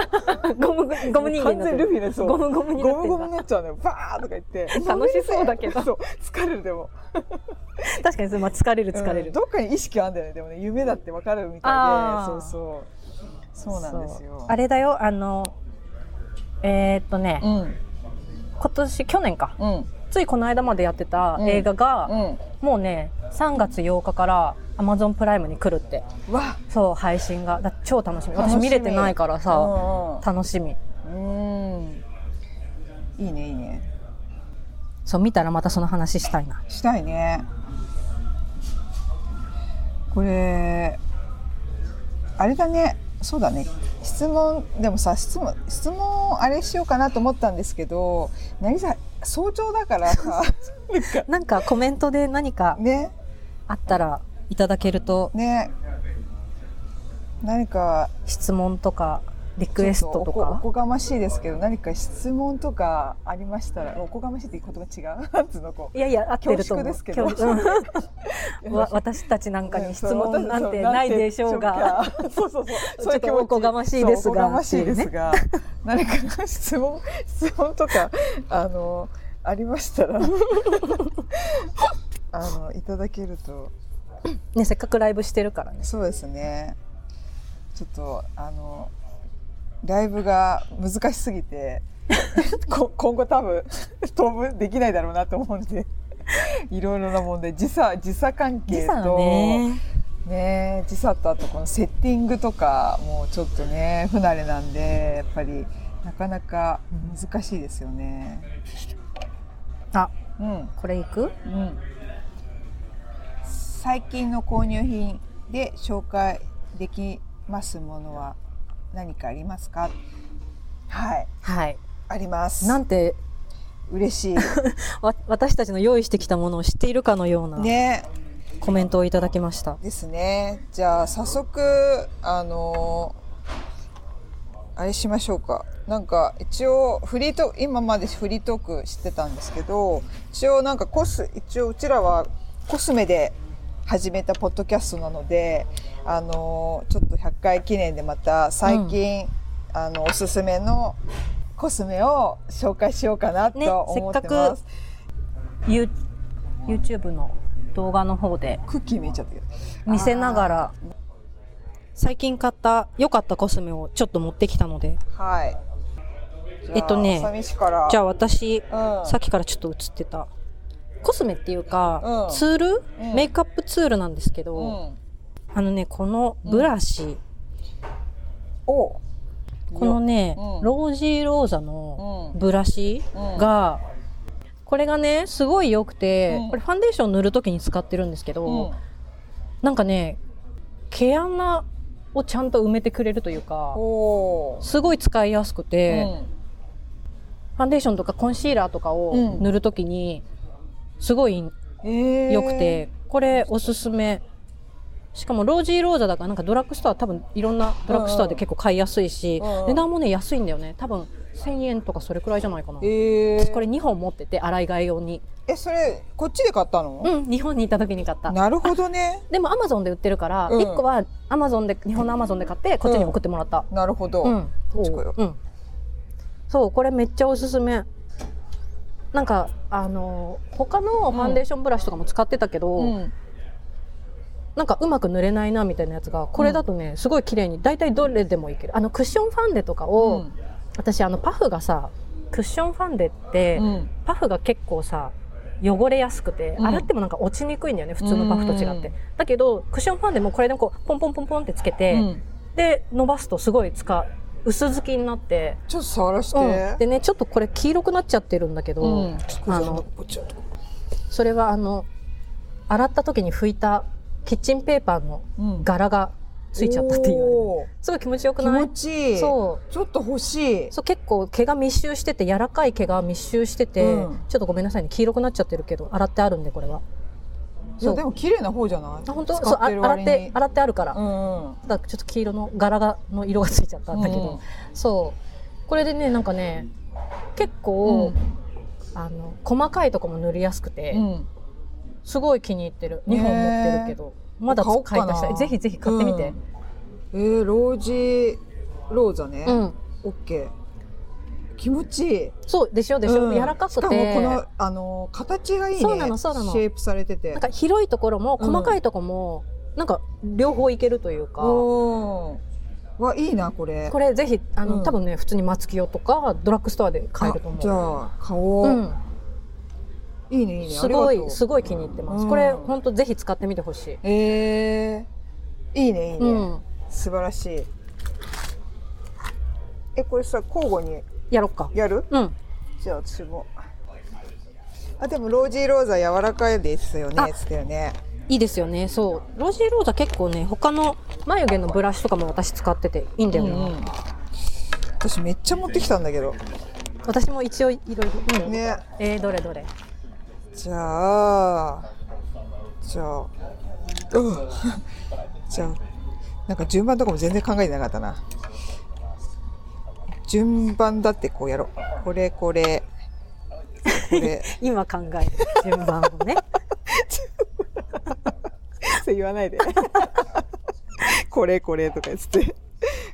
S2: うんゴムゴム人間に
S1: 完
S2: なっ
S1: 全
S2: てる
S1: ルフィのそう
S2: ゴムゴムにな
S1: ゴム
S2: ってる
S1: ゴムになっちゃうのよバーンとか言って
S2: 楽しそうだけど
S1: そう疲れるでも
S2: 確かにそれまあ疲れる疲れ
S1: うん
S2: る、
S1: どっかに意識はあんだよねでもね夢だってわかるみたい
S2: あ
S1: でそ
S2: ー
S1: うそうそうなんですよ
S2: そうあれだよあのえーっとね、
S1: うん
S2: 今年去年か
S1: うん
S2: ついこの間までやってた映画
S1: う
S2: が、
S1: ん
S2: もうね3月8日から Amazon プライムに来るって
S1: わ
S2: そう配信がだ超楽しみ
S1: 楽し
S2: 私
S1: み
S2: 見れてないからさ、
S1: あ
S2: 楽しみ
S1: うんうんいいねいいね
S2: そう見たらまたその話したいな
S1: したいねこれあれだねそうだね質問でもさ質問質問あれしようかなと思ったんですけど渚早朝だからさ
S2: なんかコメントで何か
S1: ね
S2: あったらいただけると
S1: ね何か
S2: 質問とかリクエスト
S1: ちょ
S2: と
S1: っおこお
S2: か
S1: こがましいですけど何か質問とかありましたらおこがましいって言葉違う なんつうのこう
S2: いやいや合ってると思う
S1: 恐縮ですけど
S2: 恐縮うんわ私たちなんかに質問なんてないでしょうが
S1: ねそうそうそうそうそう
S2: ちょっとおこがましいで
S1: そ
S2: すが
S1: うおこがましいですが何か質問 質問とかあのありましたら あのいただけると
S2: ねせっかくライブしてるからね
S1: そうですね。ちょっとあのライブが難しすぎて、 こ今後多分当分できないだろうなと思うんで、いろいろな問題、時差時差関
S2: 時
S1: 係
S2: 差
S1: とね
S2: ね
S1: 時差とあとこのセッティングとかもうちょっとね不慣れなんでやっぱりなかなか難しいですよね。
S2: あ
S1: うん。
S2: これいく
S1: うん、最近の購入品で紹介できますものは何かありますかはい
S2: はい
S1: あります
S2: なんて
S1: 嬉し
S2: わ私たちの用意してきたものを知っているかのようない
S1: ね
S2: コメントをいただきました
S1: ですねじゃあ早速あのあれしましょうかなんか一応フリートーク今までフリートークしてたんですけど一応なんかコス一応うちらはコスメで始めたポッドキャストなのであのちょっと100回記念でまた最近、あのおすすめのコスメを紹介しようかなと
S2: ね
S1: 思ってます、
S2: You- YouTube の動画の方で
S1: クッキー見えちゃったけど
S2: 見せながら最近買った良かったコスメをちょっと持ってきたので
S1: はいじゃあ
S2: えっとね
S1: 寂しから
S2: じゃあ私
S1: うん
S2: さっきからちょっと映ってたコスメっていうか、
S1: うん
S2: ツール、
S1: うん
S2: メイクアップツールなんですけど、
S1: うん、
S2: あのねこのブラシ、
S1: お
S2: このね、
S1: うん
S2: ロージーローザの
S1: うん
S2: ブラシが、これがねすごい良くて、
S1: うん
S2: これファンデーション塗る時に使ってるんですけど、
S1: うん
S2: なんかね毛穴をちゃんと埋めてくれるというか
S1: おー
S2: すごい使いやすくて、
S1: うん
S2: ファンデーションとかコンシーラーとかを塗る時にすごい
S1: えー
S2: 良くて、これおすすめしかもロージーローザだからなんかドラッグストア多分いろんなドラッグストアで結構買いやすいし、
S1: うんうん
S2: 値段もね安いんだよね多分1000円とかそれくらいじゃないかな、
S1: えー
S2: これ2本持ってて洗い替え用に
S1: えそれこっちで買ったの、
S2: うん日本にいた時に買った
S1: なるほどね
S2: でもアマゾンで売ってるから、
S1: うん
S2: 1個はアマゾンで日本のアマゾンで買ってこっちに送ってもらった
S1: なるほど、
S2: うん、
S1: どっちかよ
S2: うんそうこれめっちゃおすすめなんかあの他のファンデーションブラシとかも使ってたけど、
S1: うん
S2: なんかうまく塗れないなみたいなやつがこれだとね、すごい綺麗に大体どれでもいけるあのクッションファンデとか
S1: う
S2: を、
S1: ん
S2: 私あのパフがさクッションファンデって、
S1: うん
S2: パフが結構さ汚れやすくて、
S1: うん
S2: 洗ってもなんか落ちにくいんだよね普通のパフと違って、
S1: うん
S2: だけどクッションファンデもこれでこうポンポンポンポンってつけて、
S1: うん
S2: で伸ばすとすごい使う薄付きになって、
S1: ちょっと触らし
S2: うん、で
S1: て、
S2: ねちょっとこれ黄色くなっちゃってるんだけど、
S1: うん
S2: あのそれはあの洗った時に拭いたキッチンペーパーの
S1: うん
S2: 柄がついちゃったっていう
S1: おー
S2: すごい気持ちよく
S1: 気
S2: な
S1: 持
S2: い
S1: ちいい
S2: そう
S1: ちょっと欲しい
S2: そう結構毛が密集してて柔らかい毛が密集してて、
S1: うん
S2: ちょっとごめんなさいね黄色くなっちゃってるけど洗ってあるんでこれは
S1: いや
S2: そう
S1: でも綺麗な方じゃない
S2: あ本当
S1: 使
S2: そうあ
S1: ってる
S2: 洗
S1: 割
S2: っ
S1: に
S2: て洗ってあるから、
S1: うんうん
S2: ただちょっと黄色の柄がの色がついちゃったんだけど、そうこれでねなんかね結構、あの細かいとこも塗りやすくて、
S1: うんうん
S2: すごい気に入ってる
S1: ねえ
S2: 2本持ってるけど、まだ
S1: 買おうか
S2: 使い
S1: な
S2: 足したいぜひぜひ買ってみて、
S1: うんえーロージローザね
S2: うん
S1: オッケー気持ちいい
S2: そうでしょでしょ、
S1: うん
S2: 柔らかくて
S1: しかもこのあの形がいいね
S2: そうなのそうなの
S1: シェイプされてて
S2: なんか広いところも
S1: うん
S2: 細かいところも、なんか両方いけるというか、
S1: おーわいいなこれ
S2: これぜひあの、
S1: うん
S2: 多分ね普通に松清とかドラッグストアで買えると思う
S1: あじゃあ買おう、
S2: うん、
S1: いいねいいね
S2: すご
S1: ありがと
S2: いうすごい気に入ってます、
S1: うん
S2: これ本当ぜひ使ってみてほしい、
S1: えー、いいねいいね、
S2: うん、
S1: 素晴らしいえこれさ交互に
S2: やろっか
S1: やる
S2: うん
S1: じゃあ私もあでもロージーローザ柔らかいですよね
S2: あ
S1: つってよね
S2: いいですよねそうロージーローザ結構ね他の眉毛のブラシとかも私使ってていいんだよね、
S1: うん私めっちゃ持ってきたんだけど
S2: 私も一応いろいろ、うん
S1: ね
S2: えー、どれどれ
S1: じゃあじゃあうん じゃあなんか順番とかも全然考えてなかったな順番だってこうやろうこれこれこれ
S2: 今考える順番をね
S1: そう言わないで これこれとか言って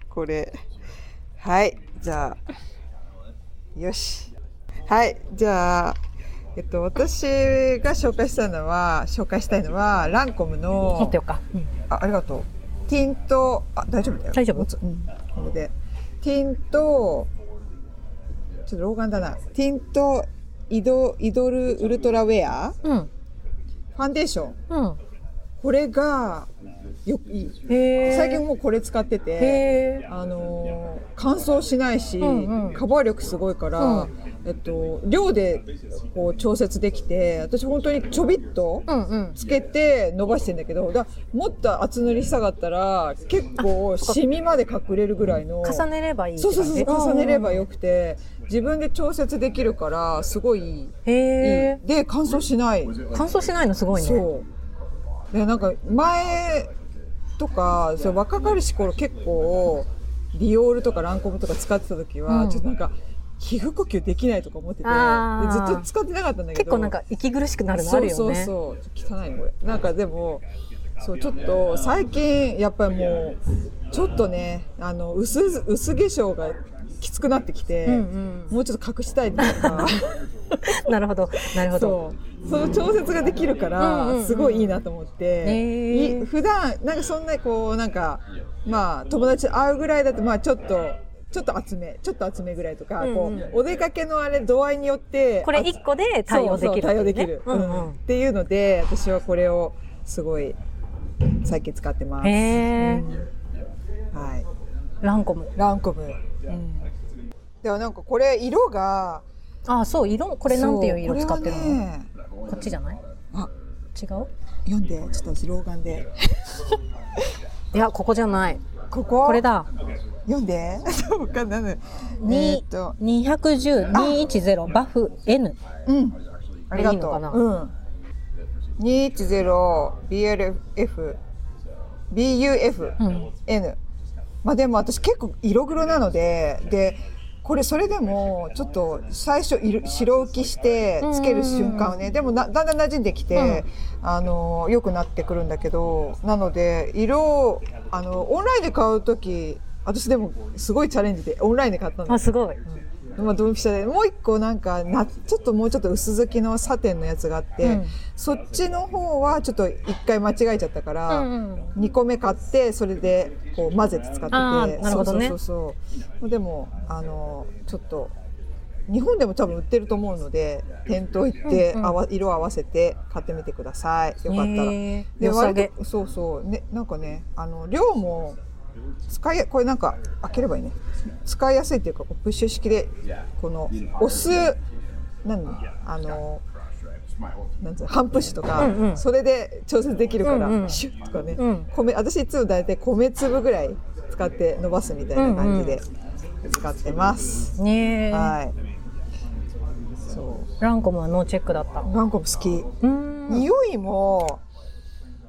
S1: これはいじゃあよしはいじゃあえっと私が紹介したのは紹介したいのはランコムの
S2: 持ってよっか、 うん
S1: あありがとう。ティント、あ、大丈夫だよ。
S2: 大丈夫
S1: 持つうん。これで。ティント、ちょっと老眼だな。ティント、イド、イドルウルトラウェア
S2: うん
S1: ファンデーション。
S2: うん
S1: これが、よく、いい
S2: へ
S1: 最近もうこれ使ってて、
S2: へ
S1: あのー乾燥しないし、
S2: うんうん
S1: カバー力すごいから、
S2: うん
S1: えっと、量でこう調節できて、私本当にちょびっと、
S2: うんうん
S1: つけて伸ばしてんだけどだもっと厚塗りしたかったら結構シミまで隠れるぐらいの
S2: 重ねればいいって
S1: そ
S2: 感
S1: う
S2: じ
S1: そうそう重ねればよ
S2: く
S1: くて自分で調節できるからすごいいい
S2: へえ
S1: で乾燥しない
S2: 乾燥しないのすごいね
S1: そうでなんか前とかそう若かりし頃結構ディオールとかランコムとか使ってた時は、
S2: うん
S1: ちょっとなんか皮膚呼吸できないとか思ってて
S2: あー
S1: でずっと使ってなかったんだけど
S2: 結構なんか息苦しくなるのあるよね
S1: そうそうそう汚いこれなんかでもそうちょっと最近やっぱりもうちょっとねあの薄薄化粧がきつくなってきて、
S2: うん
S1: もうちょっと隠したいっていうか
S2: うん、なるほどなるほど
S1: そうその調節ができるか
S2: うんうん
S1: ら
S2: うん
S1: すごいいいなと思って、
S2: へー
S1: い普段なんかそんなこうなんかまあ友達と会うぐらいだとまあちょっと。ちょっと厚め、ちょっと厚めぐらいとか、
S2: うんうん
S1: こうお出かけのあれ度合いによって、
S2: これ一個で対応で
S1: そう
S2: きるっていうね、
S1: そう対応できる、
S2: う
S1: うん
S2: んう
S1: っていうので私はこれをすごい最近使ってます
S2: ん、へえ、
S1: うんはい
S2: ランコム
S1: ランコム、うん、でもなんかこれ色が
S2: ああそう色こ
S1: こ
S2: れなんていう色使ってるの、
S1: れはね
S2: こっちじゃない
S1: あ
S2: 違う
S1: 読んでちょっと私老眼で
S2: いやここじゃない
S1: ここ
S2: これだ
S1: 読ん でわかんないえーっと
S2: 210210バフ N
S1: うんありがとう
S2: いいのかな
S1: うん、210BLF BUF、
S2: うん
S1: N まあでも私結構色黒なのででこれそれでもちょっと最初色白浮きしてつける瞬間はねでもなだんだん馴染んできて、あの良くなってくるんだけどなので色をあのオンラインで買う時私でもすごいチャレンジでオンラインで買ったん
S2: あ
S1: です
S2: ごい、
S1: まあ、ドンピシャでもう一個なんかなちょっともうちょっと薄付きのサテンのやつがあって、
S2: うん
S1: そっちの方はちょっと一回間違えちゃったから、
S2: うんうん
S1: 2個目買ってそれでこう混ぜて使ってて
S2: あーなるほどね
S1: そうそうそうそうでもあのちょっと日本でも多分売ってると思うので店頭行って、
S2: うんうん
S1: あわ色合わせて買ってみてくださいよかったら。
S2: へー
S1: で
S2: 良さ
S1: 割
S2: げ
S1: とそうそうねなんかねあの量も使いこれなんか開ければいいね使いやすいっていうかこうプッシュ式でこの押すなんあのなんつうの半プッシュとか、
S2: うんうん
S1: それで調節できるから、
S2: うんうん
S1: シュッとかね、
S2: うん
S1: 米私いつも大体米粒ぐらい使って伸ばすみたいな感じで使ってます、
S2: ねえ
S1: はいそう
S2: ランコムはノーチェックだったう
S1: 何個も好き
S2: ーん
S1: 匂いも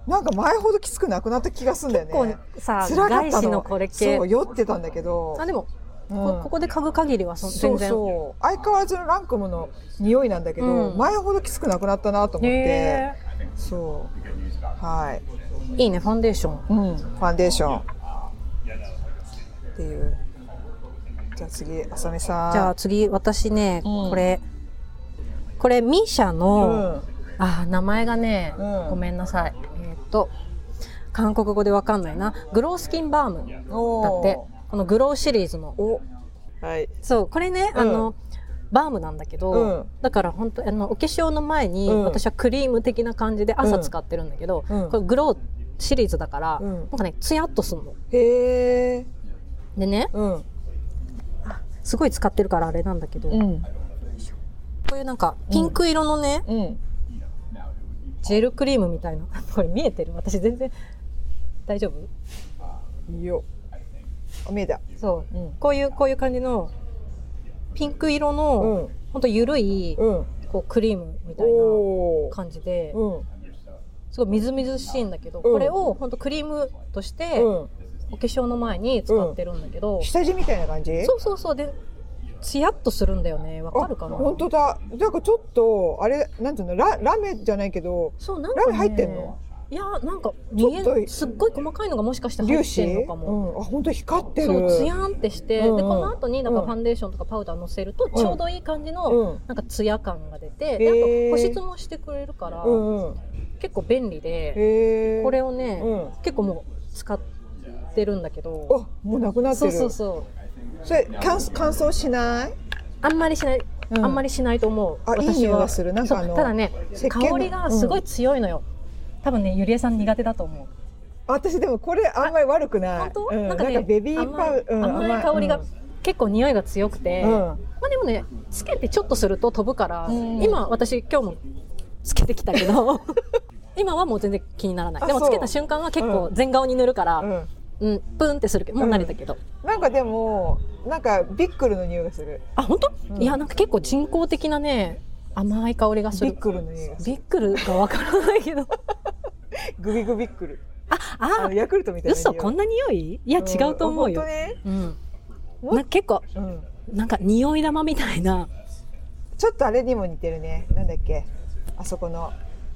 S1: なんか前ほどきつくなくなった気がするんだよね
S2: こうさ
S1: 辛かっ
S2: 外
S1: た
S2: 資
S1: の
S2: のこれ系
S1: そう酔ってたんだけど
S2: あでも、
S1: う
S2: こ
S1: ん
S2: ここで嗅ぐ限りはそ
S1: そ
S2: 全
S1: う
S2: 然
S1: そう相変わらずのランクムの匂いなんだけど、
S2: うん
S1: 前ほどきつくなくなったなと思って
S2: へ
S1: そうはい、
S2: ーいいねファンデーション
S1: うん、ファンデーションっていうじゃあ次あさみさん
S2: じゃあ次私ね、
S1: うん
S2: これこれミーシャの、
S1: うん
S2: あー名前がね、
S1: うん
S2: ごめんなさいえーっと韓国語でわかんないなグロースキンバームだって
S1: おー
S2: このグローシリーズの
S1: おはい
S2: そうこれね、
S1: うん
S2: あのバームなんだけど、
S1: うん
S2: だから本当あのお化粧の前に、
S1: うん
S2: 私はクリーム的な感じで朝使ってるんだけど、
S1: うん
S2: これグローシリーズだから、
S1: うん
S2: なんかねツヤっとすんの
S1: へえ
S2: でね
S1: うん
S2: すごい使ってるからあれなんだけど、こ
S1: ん
S2: ういうなんかピンク色のね、
S1: うん
S2: ジェルクリームみたいな これ見えてる私全然大丈夫
S1: いいよあ見えた
S2: そう、
S1: うん
S2: こういうこういう感じのピンク色の、
S1: ん
S2: ほんとゆるい、
S1: うん
S2: こうクリームみたいな
S1: おー
S2: 感じで、
S1: うん
S2: すごいみずみずしいんだけど、
S1: うん
S2: これをほんとクリームとして、
S1: うん
S2: お化粧の前に使ってるんだけど、
S1: 下地みたいな感じ
S2: そうそうそうでツヤっとするんだよねわかるかな
S1: あ本当だなんかちょっとあれなんていうのララメじゃないけど
S2: そうなんか、ね、
S1: ラメ入ってんの
S2: いやなんか見
S1: ちょっ
S2: え
S1: と
S2: すっごい細かいのがもしかして入
S1: 粒子
S2: ってん
S1: う
S2: のかも、
S1: んあ本当光ってる
S2: そうツヤンってして、
S1: うんうん
S2: でこの後になんか
S1: うん
S2: ファンデーションとかパウダーのせると
S1: ん
S2: ちょうどいい感じの、
S1: うん
S2: なんかツヤ感が出て、
S1: へ
S2: で
S1: ー
S2: あと保湿もしてくれるから、
S1: うんうん
S2: 結構便利で、
S1: へえ
S2: これをね、
S1: うん
S2: 結構もう使ってるんだけど
S1: あもうなくなって
S2: そう
S1: る
S2: そうそう
S1: それ乾乾燥しない
S2: あんまりしない、
S1: うん
S2: あんまりしないと思う
S1: あいい匂いがするなんかあの
S2: そうただね
S1: 石鹸の
S2: 香りがすごい強いのよ、多分ねゆりえさん苦手だと思う
S1: 私でもこれあんまり悪くない
S2: 本当、
S1: うん、なんか
S2: ね
S1: ベビーパ
S2: 甘
S1: ウ
S2: い,、
S1: うん
S2: 甘い香りが、結構匂いが強く
S1: う
S2: て、
S1: んうん
S2: まあでもねつけてちょっとすると飛ぶから、
S1: うん
S2: 今私今日もつけてきた けど今はもう全然気にならない
S1: あ
S2: でも
S1: そう
S2: つけた瞬間は結構全顔に塗るから、う
S1: うんん
S2: プーンってするけどもう慣れたけど、
S1: なんかでもなんかビックルの匂いがする
S2: あ本当、
S1: うん
S2: いやなんか結構人工的なね甘い香りがす
S1: ビ
S2: る
S1: ックルの匂いがする
S2: びっくりがわからな いけど
S1: グビグビックル
S2: あ
S1: あ
S2: あ
S1: のヤクルトみたいな匂い
S2: 嘘こんな匂いいや
S1: ん
S2: 違うと思うよ
S1: 本当、ね
S2: うん
S1: も
S2: なんか結構
S1: うん
S2: なんか匂い玉みたいな
S1: ちょっとあれにも似てるね。なんだっけ、あそこの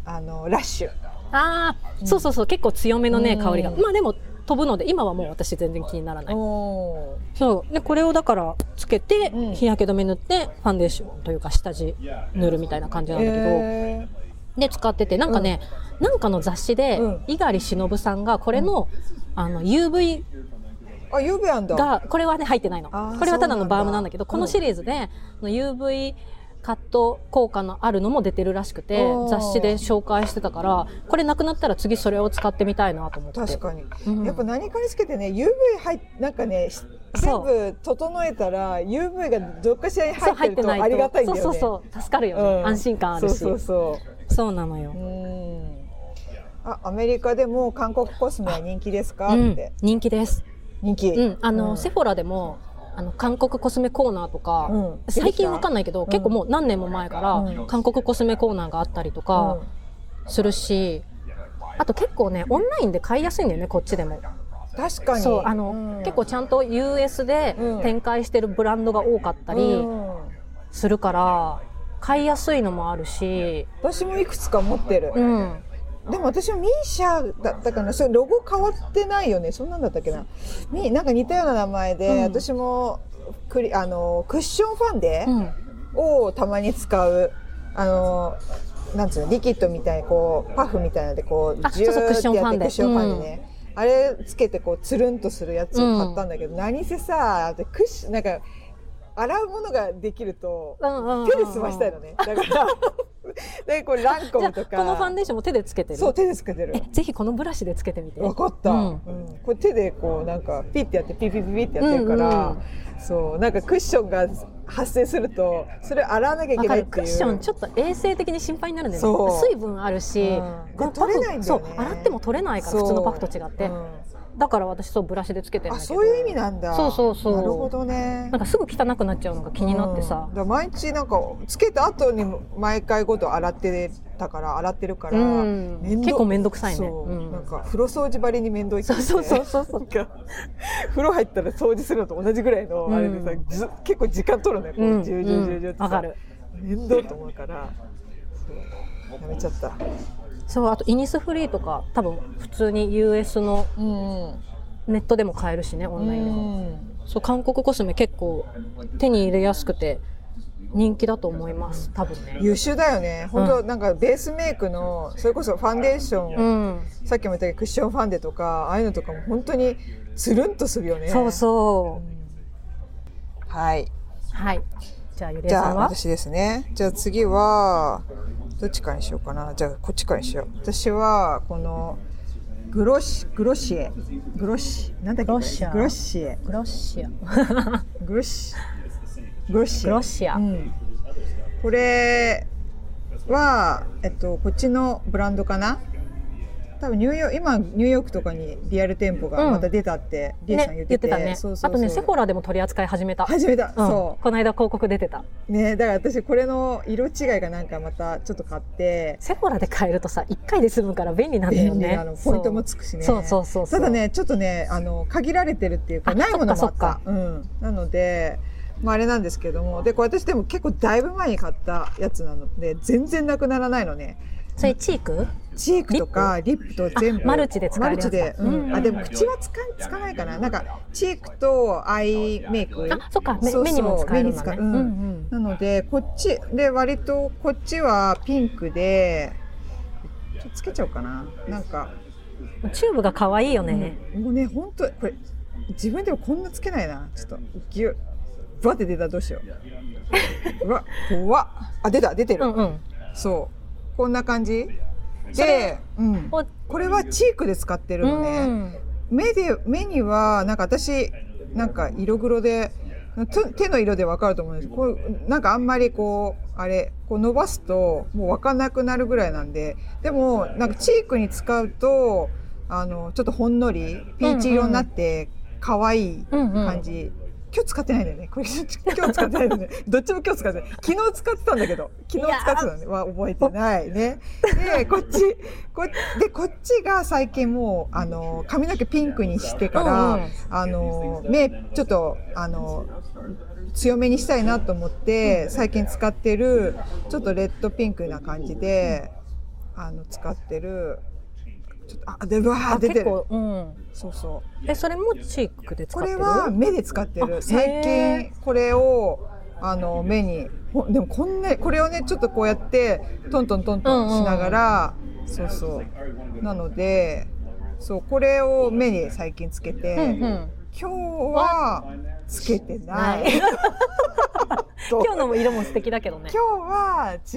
S1: あのラッシュ。
S2: あー、そうそうそう結構強めのね
S1: うん
S2: 香りがまあでも飛ぶので今はもう私全然気にならない
S1: おお。
S2: そうでこれをだからつけて
S1: うん
S2: 日焼け止め塗ってファンデーションというか下地塗るみたいな感じなんだけど、
S1: え
S2: で使っててなんかね、なんかの雑誌で
S1: うん
S2: 猪狩忍さんがこれの,、あの UV
S1: ー、あ、ユーブアンだ。
S2: がこれはね入ってないの
S1: あー
S2: これはただ
S1: そうな
S2: の
S1: んだ
S2: バームなんだけどこ
S1: う
S2: の
S1: ん
S2: シリーズであの UV カット効果のあるのも出てるらしくて
S1: おー
S2: 雑誌で紹介してたからこれなくなったら次それを使ってみたいなと思って
S1: 確かに、
S2: うん
S1: やっぱ何かにつけてね UV 入っなんかねし全
S2: そう
S1: 部整えたら UV がどっかしらに
S2: そう
S1: 入
S2: 入
S1: っ
S2: ってて
S1: ると
S2: ないと
S1: ありがたいんだよね
S2: そうそうそう助かるよね、
S1: うん
S2: 安心感あるし
S1: そうそうそ
S2: そうなのよ
S1: ううーんあアメリカでも韓国コスメは人気ですか、
S2: うん
S1: って
S2: 人気です、
S1: 人気、
S2: うん、あの、
S1: うん
S2: セフォラでもあの韓国コスメコーナーとか、
S1: うん
S2: 最近わかんないけど、
S1: ん
S2: 結構もう何年も前から、
S1: うん
S2: 韓国コスメコーナーがあったりとかするし、あと結構ねオンラインで買いやすいんだよねこっちでも
S1: 確かに
S2: そうあの、
S1: うん
S2: 結構ちゃんと US で
S1: うん
S2: 展開してるブランドが多かったり
S1: うん
S2: するから、買いやすいのもあるし、
S1: 私もいくつか持ってる、
S2: うん、
S1: でも私はミーシャだったかなそれロゴ変わってないよねそんなんだったっけなミなんか似たような名前で、
S2: うん
S1: 私もクリあのクッションファンデ
S2: うん
S1: をたまに使う、あのなんつうのリキッドみたいにこうパフみたいなのでこ
S2: あ
S1: うジューってやって
S2: そうそうクッションファン
S1: ク
S2: デ
S1: ッションファンデね、あれつけてこうつるんとするやつを買ったんだけど、何せさでクッシなんか洗うものができると
S2: うんうんうんうん
S1: 手で済ましたいのねだから でこれランコ
S2: じゃ
S1: ム
S2: あ
S1: とか
S2: このファンデーションも手でつけてる
S1: そう手でつけてる
S2: えぜひこのブラシでつけてみて
S1: わかった、
S2: う
S1: うんんこれ手でこうなんかピッてやってピッピッピッピッってやってるから、
S2: うん
S1: そうなんかクッションが発生するとそれ洗わなきゃい
S2: わ
S1: け
S2: か
S1: ないっ
S2: る
S1: ていう
S2: クッションちょっと衛生的に心配になるんだよ
S1: そ
S2: ね
S1: う
S2: 水分あるし、
S1: うん
S2: この
S1: で取れないんだよね
S2: そう洗っても取れないから
S1: そう
S2: 普通のパフと違って、
S1: う
S2: だから私そうブラシでつけて
S1: ん
S2: るん
S1: あ
S2: だけど
S1: そういう意味なんだ
S2: そうそうそう
S1: なるほどね
S2: なんかすぐ汚くなっちゃうのが気になって
S1: う
S2: さ
S1: んだ、から毎日なんかつけた後に毎回ごと洗ってたから洗ってるから、
S2: うん
S1: 面倒
S2: 結構面倒くさい
S1: そ
S2: ね、
S1: う、
S2: うん
S1: なんか風呂掃除ばりに面倒い
S2: そうそうそうそう
S1: なんか風呂入ったら掃除するのと同じぐらいのあれでさ、
S2: うん
S1: じ結構時間取るねこ
S2: うん
S1: うジュージュージュージューってさ
S2: わかる
S1: 面倒と思うからそうやめちゃった
S2: そうあとイニスフリーとか多分普通に US の
S1: うん
S2: ネットでも買えるしねオ
S1: オ
S2: ンラインでも、そう韓国コスメ結構手に入れやすくて人気だと思います多分ね
S1: 優秀だよね本当なんかベースメイクのそれこそファンデーション、
S2: うん
S1: さっきも言ったけどクッションファンデとかああいうのとかも本当につるんとするよね
S2: そう
S1: う
S2: そ
S1: んはい、
S2: うはいじゃあゆりえ
S1: じ
S2: さ
S1: ゃあ
S2: んは
S1: 私ですねじゃあ次はどっちかにしようかなじゃあこっちからにしよう私はこのグロシグロシエグロシなんだっけ
S2: グロシア
S1: グロシエ
S2: グロッシア
S1: グロシグロシエ
S2: グロッシア
S1: うん、これは、えっと、こっちのブランドかな多分ニューヨーク今ニューヨークとかにリアル店舗
S2: う
S1: が
S2: ん
S1: また出たって、リエさん言ってて,、
S2: たね
S1: そうそうそう
S2: あとねセフォラでも取り扱い始めた、
S1: 始めた、
S2: うん
S1: そ
S2: この間広告出てた
S1: うねだから私これの色違いがなんかまたちょっと買って
S2: セフォラで買えるとさ1回で済むから便利なんだよ
S1: 便利
S2: ね
S1: なのポイントもつくしね
S2: そうそうそうそ
S1: た
S2: う
S1: だねちょっとねあの限られてるっていうか
S2: あ
S1: ないものも
S2: そ
S1: あ
S2: っ
S1: っ
S2: か
S1: たうん、なので、まあ、あれなんですけどもでこれ私でも結構だいぶ前に買ったやつなので全然なくならないのね
S2: それチーク
S1: チークとかリップと全部
S2: マルチで使えるやつだ
S1: マルチで、うん
S2: うん
S1: あでも口はつかつかないかななんかチークとアイメイク
S2: あそっか
S1: そ
S2: 目
S1: うそう
S2: 目にも使える
S1: 目
S2: の
S1: に使
S2: ね
S1: う
S2: う
S1: うん
S2: んうん
S1: なのでこっちで割とこっちはピンクでちょっとつけちゃおうかななんか
S2: チューブが可愛いよね、
S1: もうね本当これ自分でもこんなつけないなちょっとぎゅバって出たらどうしよううわ怖っあ出た出て
S2: う
S1: る、
S2: ん、うん
S1: そうこんな感じ
S2: そ
S1: で
S2: れ、
S1: うん、
S2: お
S1: これはチークで使ってるのね、
S2: うん
S1: 目で目にはなんか私なんか色黒で手手の色でわかると思うんですこうなんかあんまりこうあれこう伸ばすともうわかんなくなるぐらいなんででもなんかチークに使うとあのちょっとほんのりピーチ色になって可愛い
S2: うんうん
S1: 感じ、今日使ってないんだよねこれ今日使ってないんだよ ねどっちも今日使ってない昨日使ってたんだけど昨日使ってたのねは覚えてないねでこっちこっでこっちが最近もうあの髪の毛ピンクにしてから、
S2: うんうん
S1: あの目ちょっとあの強めにしたいなと思って最近使ってるちょっとレッドピンクな感じであの使ってるちょっとあでうわー
S2: あ
S1: 出てる
S2: 結構、うん、
S1: そうそう
S2: えそれもチークで使っ
S1: こ
S2: て
S1: れ
S2: る
S1: は目で使って
S2: あ
S1: る最
S2: へ
S1: 近これをあの目にほでもこんなこれをねちょっとこうやってトントントントンしながら、そうそうなのでそうこれを目に最近つけて、
S2: うんうん、
S1: 今日はつけてない
S2: ない
S1: と
S2: 今日のも色も素敵だけどね
S1: 今日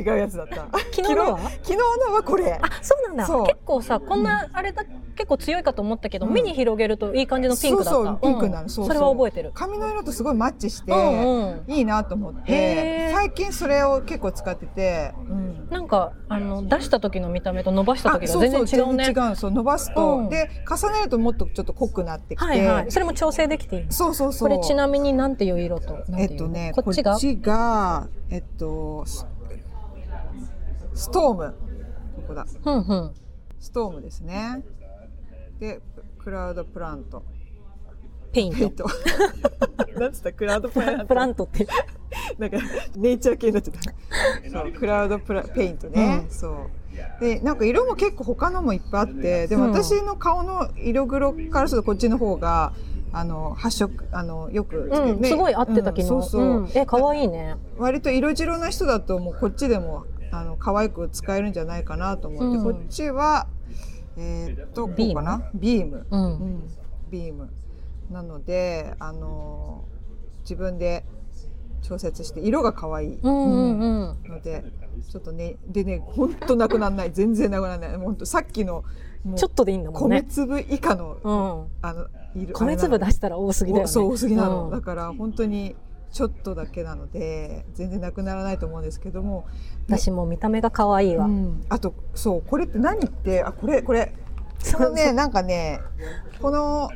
S1: は違うやつだった
S2: 昨日のは
S1: 昨日のはこれ
S2: あそうなんだ
S1: そう
S2: 結構さこんなあれだ結構強いかと思ったけど、
S1: うん
S2: 目に広げるといい感じのピンクだった
S1: そうそうピンクなの、
S2: うん
S1: そう
S2: それは覚えてる
S1: 髪の色とすごいマッチして、
S2: うんうん
S1: いいなと思っ
S2: へ
S1: て
S2: ー
S1: 最近それを結構使ってて、うん
S2: なんかあの出した時の見た目と伸ばした
S1: あ
S2: 時が
S1: そう
S2: 全
S1: そう
S2: 然違うね
S1: 全然違うそう伸ばすと、
S2: うん
S1: で重ねるともっとちょっと濃くなってきて、
S2: はいはいそれも調整できていい
S1: そうそうそ
S2: こ
S1: う
S2: れちなみになんていう色となんて
S1: え
S2: いう
S1: っとね
S2: こっちが
S1: がえっとスストームここだ
S2: うんうん
S1: ストームですねでクラウドプラント
S2: ペイン
S1: えっ
S2: ト
S1: となんつったクラ ウドプラント
S2: プラントって
S1: なんかネイチャー系になっちゃった そうクラウドプラペイントね、
S2: うん
S1: そうでなんか色も結構他のもいっぱいあってでも
S2: うん
S1: 私の顔の色黒からするとこっちの方があの発色あのよくつけて、
S2: うん、すごい合ってた昨日、
S1: うんそうそう、
S2: うんえ可愛いね
S1: 割と色白な人だともうこっちでもあの可愛く使えるんじゃないかなと思って、
S2: うん
S1: こっちはえーっとこ
S2: ビーム
S1: うかなビーム、
S2: う
S1: うんん、ビームなのであの自分で調節して色が可愛い
S2: うんうんうん
S1: ので、ちょっとねでね本当なくならない全然なくならない本当さっきのもう
S2: ちょっとでいいんだもん
S1: 米
S2: ね
S1: 粒以下の
S2: うん
S1: あの色
S2: 米粒出したら多すぎだよね
S1: そう多すぎなの、
S2: うん
S1: だから本当にちょっとだけなので全然なくならないと思うんですけども、
S2: 私もう見た目が可愛いわ、
S1: うんあとそうこれって何ってあこれこれ
S2: そ
S1: このねなんかねこの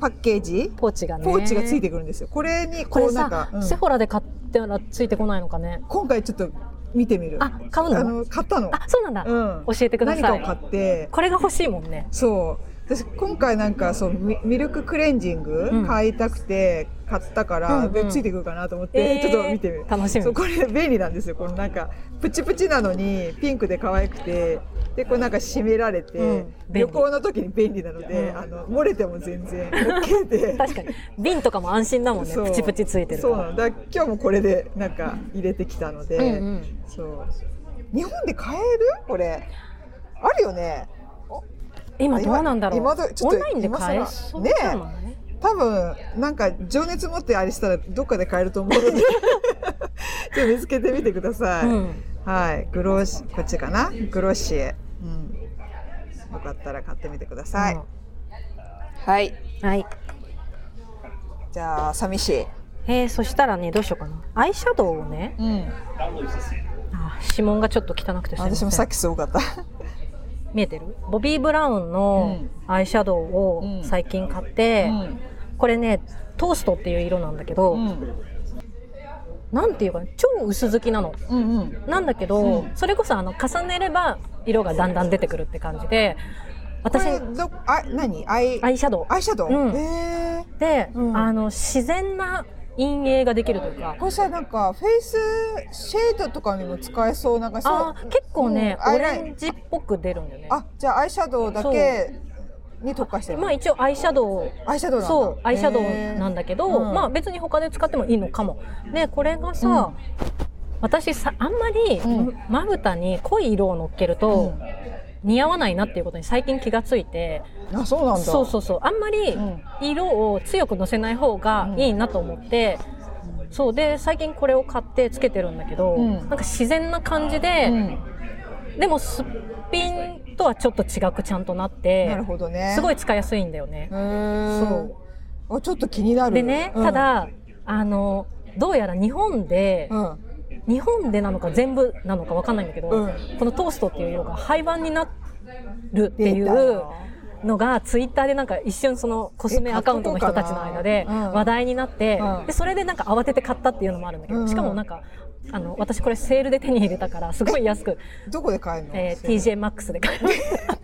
S1: パッケージ
S2: ポーチがね
S1: ポーチがついてくるんですよこれに
S2: こ
S1: こ
S2: れ
S1: うなんか
S2: さ、、
S1: うん
S2: セフォラで買ったらついてこないのかね
S1: 今回ちょっと見てみる
S2: あ買うの
S1: あの買ったの
S2: あそうなんだ、
S1: うん
S2: 教えてくだ
S1: 何か
S2: さ
S1: を
S2: い
S1: 買って
S2: これが欲しいもんね
S1: そう私今回なんかそうミミルククレンジン
S2: うん
S1: グ買いたくて買ったから、
S2: うんうん
S1: ついてくるかなと思って、
S2: えー
S1: ちょっと見てみる
S2: 楽しみ
S1: そうこれ便利なんですよこのなんかプチプチなのにピンクで可愛くてでこうなんか締められて、
S2: うん便利
S1: 旅行の時に便利なので、
S2: うん
S1: あの漏れても全然 OK で
S2: 確かに瓶とかも安心だもんね
S1: そう
S2: プチプチついてるか
S1: そう
S2: ら
S1: なのだ今日もこれでなんか入れてきたので、
S2: うんうん
S1: そう日本で買えるこれあるよね
S2: 今どうなんだろう
S1: 今どちょっ
S2: オ
S1: と
S2: ンラインで買えそうじゃない、
S1: 多分なんか情熱持ってあれしたらどっかで買えると思う のでじゃあ見つけてみてください、
S2: うん
S1: はいグローシこっちかなグロシエ、うん、よかったら買ってみてください、はい
S2: はい
S1: じゃあ寂しい、
S2: えー、そしたらねどうしようかなアイシャドウをね
S1: うん、
S2: あ指紋がちょっと汚くてすいません
S1: 私もさっきすごかった
S2: 見えてるボビー・ブラウンのアイシャドウを最近買って、これねトーストっていう色なんだけど、
S1: うん
S2: なんていうかね超薄付きなの
S1: うんうん
S2: なんだけど、
S1: うん
S2: それこそあの重ねれば色がだんだん出てくるって感じで
S1: こ
S2: 私
S1: れどあ何アイ
S2: アイシャド
S1: アイシャドウ、
S2: うん
S1: え
S2: ウで、
S1: うん
S2: あの自然な陰影ができるというか
S1: これさなんかフェイスシェードとかにも使えそうなんかそう
S2: あー結構ね、
S1: うんア
S2: オ
S1: イラ
S2: レ
S1: イン
S2: ンジっぽく出るんだよね
S1: あじゃあアイシャドウだけに特化してる
S2: まあ一応アイシャドウ
S1: アイシャドウなんだ
S2: そうアイシャドウなん
S1: だ
S2: だけど、
S1: うん
S2: まあ別に他で使ってもいいのかもでこれがさ、私さあんまり
S1: うん
S2: まぶたに濃い色を乗っけると、似合わないなっていうことに最近気がついて
S1: あそうなんだ
S2: そうそうそうあんまり
S1: うん
S2: 色を強くのせない方がいいなと思って、そうで最近これを買ってつけてるんだけど、
S1: うん
S2: なんか自然な感じ
S1: う
S2: で、
S1: ん
S2: でもすっぴんとはちょっと違くちゃんとなって
S1: なるほどね
S2: すご
S1: い
S2: い使いやすいんだよね。そ
S1: そうあちょっと気になる
S2: でね、
S1: うん
S2: ただあのどうやら日本で
S1: う、ん
S2: 日本でなのか全部なのかわかんないんだけど、
S1: うん
S2: このトーストっていう色が廃盤になるってい
S1: 出た
S2: う
S1: よ
S2: のがツイッターでなんか一瞬そのコスメアカウントの人たちの間で
S1: え買っとこうかなうん
S2: 話題になって、
S1: うん
S2: でそれでなんか慌てて買ったっていうのもあるんだけど、
S1: うん
S2: しかもなんかあの私これセールで手に入れたからすごい安く、
S1: どこで買えるの
S2: えー TJ マックスで買っ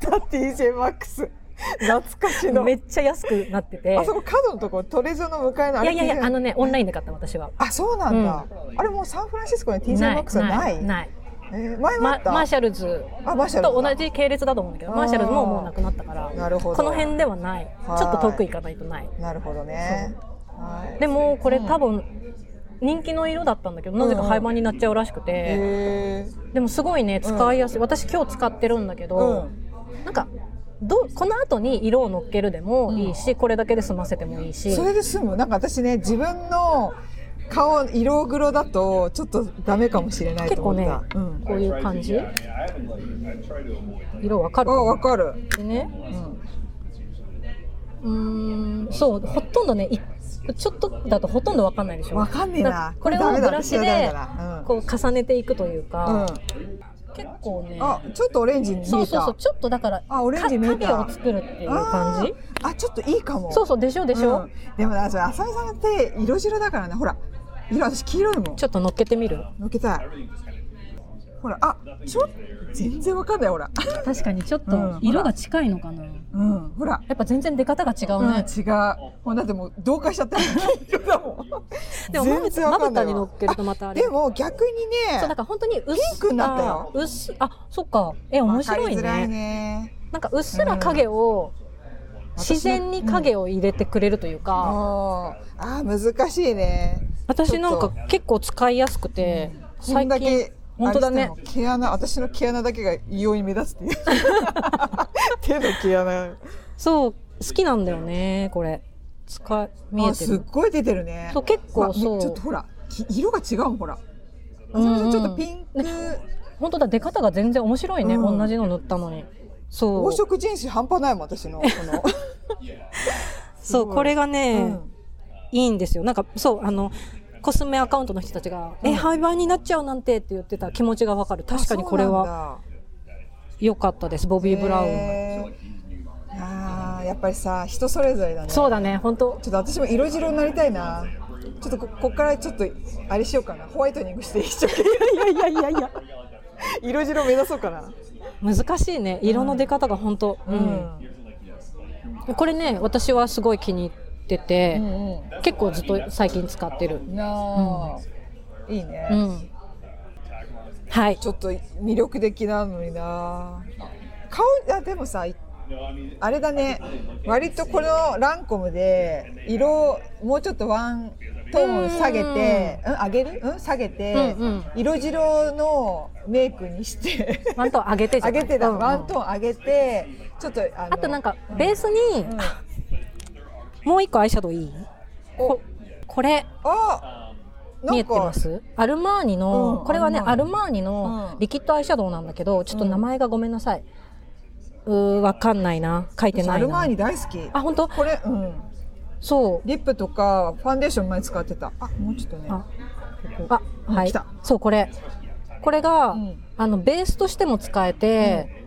S1: TJ マックス懐かしての
S2: めっちゃ安くなってて
S1: あそこ角のとこトレゾの向かいのあ
S2: い
S1: れ
S2: やいやいや
S1: TJ
S2: あのねオンラインで買った私は。
S1: あそうなんだあれもうサンフランシスコに TJ マックスはない
S2: ない
S1: えー前もあ
S2: ま
S1: った
S2: マーシャルズ
S1: あマーシャル
S2: と
S1: ズだ
S2: 同じ系列だと思うんだけど
S1: あー
S2: マーシャルズももうなくなったから
S1: なるほど
S2: この辺ではないちょ
S1: はい
S2: っと遠く行かないとない
S1: なるほどねはい
S2: でもこれ
S1: うん
S2: 多分人気の色だったんだけどなぜか
S1: うん
S2: 廃盤になっちゃうらしくて、
S1: へー
S2: でもすごいね使いやすい、私今日使ってるんだけ
S1: う
S2: ど、
S1: ん
S2: なんかどうこの後に色をのっけるでもいいし、これだけで済ませてもいいし
S1: それで済むなんか私ね自分の顔色黒だとちょっとダメかもしれないと思った
S2: 結
S1: うん、
S2: こういう感じ色わか
S1: あ
S2: る
S1: わかる、
S2: でね
S1: うん、
S2: うーんそうほとんどねいちょっとだとほとんどわかんないでしょ
S1: わかんねえな
S2: これ
S1: ダ
S2: を
S1: メ
S2: ブ
S1: だ
S2: ラシ
S1: 私はダメ
S2: で
S1: だな
S2: こう重ねていくという
S1: うん
S2: か、結構ね
S1: うん、あちょっとオレンジに見えた
S2: そうそうそうちょっとだから
S1: あオレンジ見えた
S2: か影を作るっていう感じ
S1: あーあちょっといいかも
S2: そうそうでしょでしょ、
S1: うんでもなそれ浅見さんって色白だからねほら色私黄色いもん
S2: ちょっと乗っけてみる
S1: のっけたいほらあちょっ全然わかんないほら
S3: 確かにちょっ
S1: とうん色が
S3: 近いのかな、
S1: うんほら
S2: やっぱ全然出方が違う
S1: うん、
S2: ね、
S1: 違う。もうだってもう同化しち ゃった。黄色だもん。
S2: でもまぶ
S1: 全
S2: た
S1: 然わ
S2: ま
S1: か
S2: ぶ
S1: んな
S2: た
S1: いわ
S2: に乗っけるとまたあれ
S1: でも逆に
S2: そうだ
S1: ね、
S2: から本当にうっ
S1: ピンクになったよ
S2: あうっすあそっかえ面白い
S1: わかりづ
S2: ね
S1: らいね。
S2: なんかうっすら影を自然に影を入れてくれるというか、
S1: ああー難しいね
S2: 私なんか結構使いやすくて、最
S1: こんだ
S2: 近
S1: け
S2: 本当だね
S1: あれしても毛穴私の毛穴だけが異様に目立つっ ていう手の毛穴
S2: そう好きなんだよねこれ使い見え
S1: あ
S2: て
S1: すっ
S2: る
S1: ごい出てるね
S2: そう結構
S1: わね
S2: そう
S1: ちょっとほらき色が違うもんほら
S2: うんうん
S1: あそれでちょっとピンク、
S2: 本当だ出方が全然面白いね、
S1: うん
S2: 同じの塗ったのにそう
S1: 黄色人種半端ないもん私 のこの、
S2: そ
S1: す
S2: う
S1: ごい
S2: これがね、
S1: うん
S2: いいんですよなんかそうあのコスメアカウントの人たちが「
S1: うん
S2: え廃盤になっちゃうなんて」って言ってた気持ちがわかる確かにこれは
S1: は
S2: 良かったですボビー・ブラウン、
S1: あーやっぱりさ人それぞれだね
S2: そうだね本当
S1: ちょっと私も色白になりたいなちょっとここっからちょっとあれしようかなホワイトニングして一生懸
S2: いやいやいやいや
S1: 命 色白目指そうかな
S2: 難しいね色の出方が本当、
S1: う
S2: うんこれね私はすごい気に入ってて、
S1: うんうん
S2: 結構ずっと最近使ってる
S1: なあ、いいね、
S2: うんはい
S1: ちょっと魅力的なのにな顔あでもさいあれだね割とこのランコムで色をもうちょっとワントーン下げて、うん、上げる、うん、下げて、
S2: うんうん
S1: 色白のメイクに して
S2: ワントーン上げてじゃ
S1: 上
S2: な
S1: げ
S2: い
S1: てだ、
S2: うんうん
S1: ワントーン上げてちょっとあの
S2: あとなんかベースに、
S1: うん
S2: もう一個アイシャドウいいここれ
S1: あなんか
S2: 見えてますアルマーニの、
S1: うん
S2: これはね
S1: ア
S2: ア
S1: ル
S2: ルマーニの
S1: うん
S2: リキッドアイシャドウなんだけどちょっと名前がごめんなさい、うーわかんないな書いて
S1: 私
S2: な
S1: ア
S2: い
S1: ルマー
S2: な
S1: ニ大好き
S2: あ本当
S1: これうん
S2: そう
S1: リップとかファンデーション前使ってたあもうちょっとね
S2: あ
S1: ここ
S2: あは
S1: 来
S2: い
S1: た
S2: そうこれこれが、
S1: うん
S2: あのベースとしても使えて、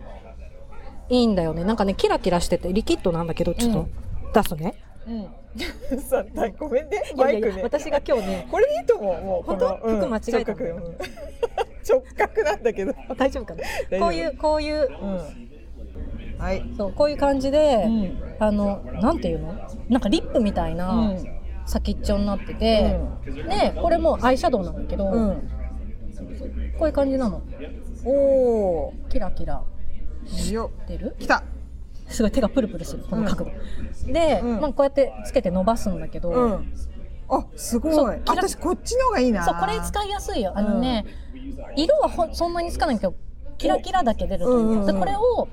S2: いいんだよねなんかねキラキラしててリキッドなんだけどちょっ
S1: う
S2: と
S1: ん
S2: 出すね、
S1: うん。 さあ、ごめんね、
S2: いや
S1: マイ
S2: いやい
S1: ク
S2: や
S1: ね。
S2: 私が今日ね
S1: これでいいと思う。もうこの
S2: 本当服間違えた
S1: うん 直角うん直角なんだけど。
S2: 大丈夫かな
S1: 大丈夫
S2: こういうこういう
S1: うんはい。
S2: そうこういう感じで、
S1: うん
S2: あのなんていうのなんかリップみたいな
S1: うん
S2: 先っちょになってて、でこれもアイシャドウなんだけど、
S1: うん。
S2: こういう感じなの
S1: おお。
S2: キラキラ
S1: よ。
S2: 出る
S1: 来た。
S2: すごい手がプルプルするこの角度、で、
S1: うん
S2: まあ、こうやってつけて伸ばすんだけど、
S1: うん。あ、すご
S2: そ。
S1: いうあ
S2: キラ
S1: 私こっちの方がいいな。
S2: そうこれ使いやすいよあのね、色はほんそんなにつかないけどキラキラだけ出るというか、
S1: うんうんうん
S2: でこれを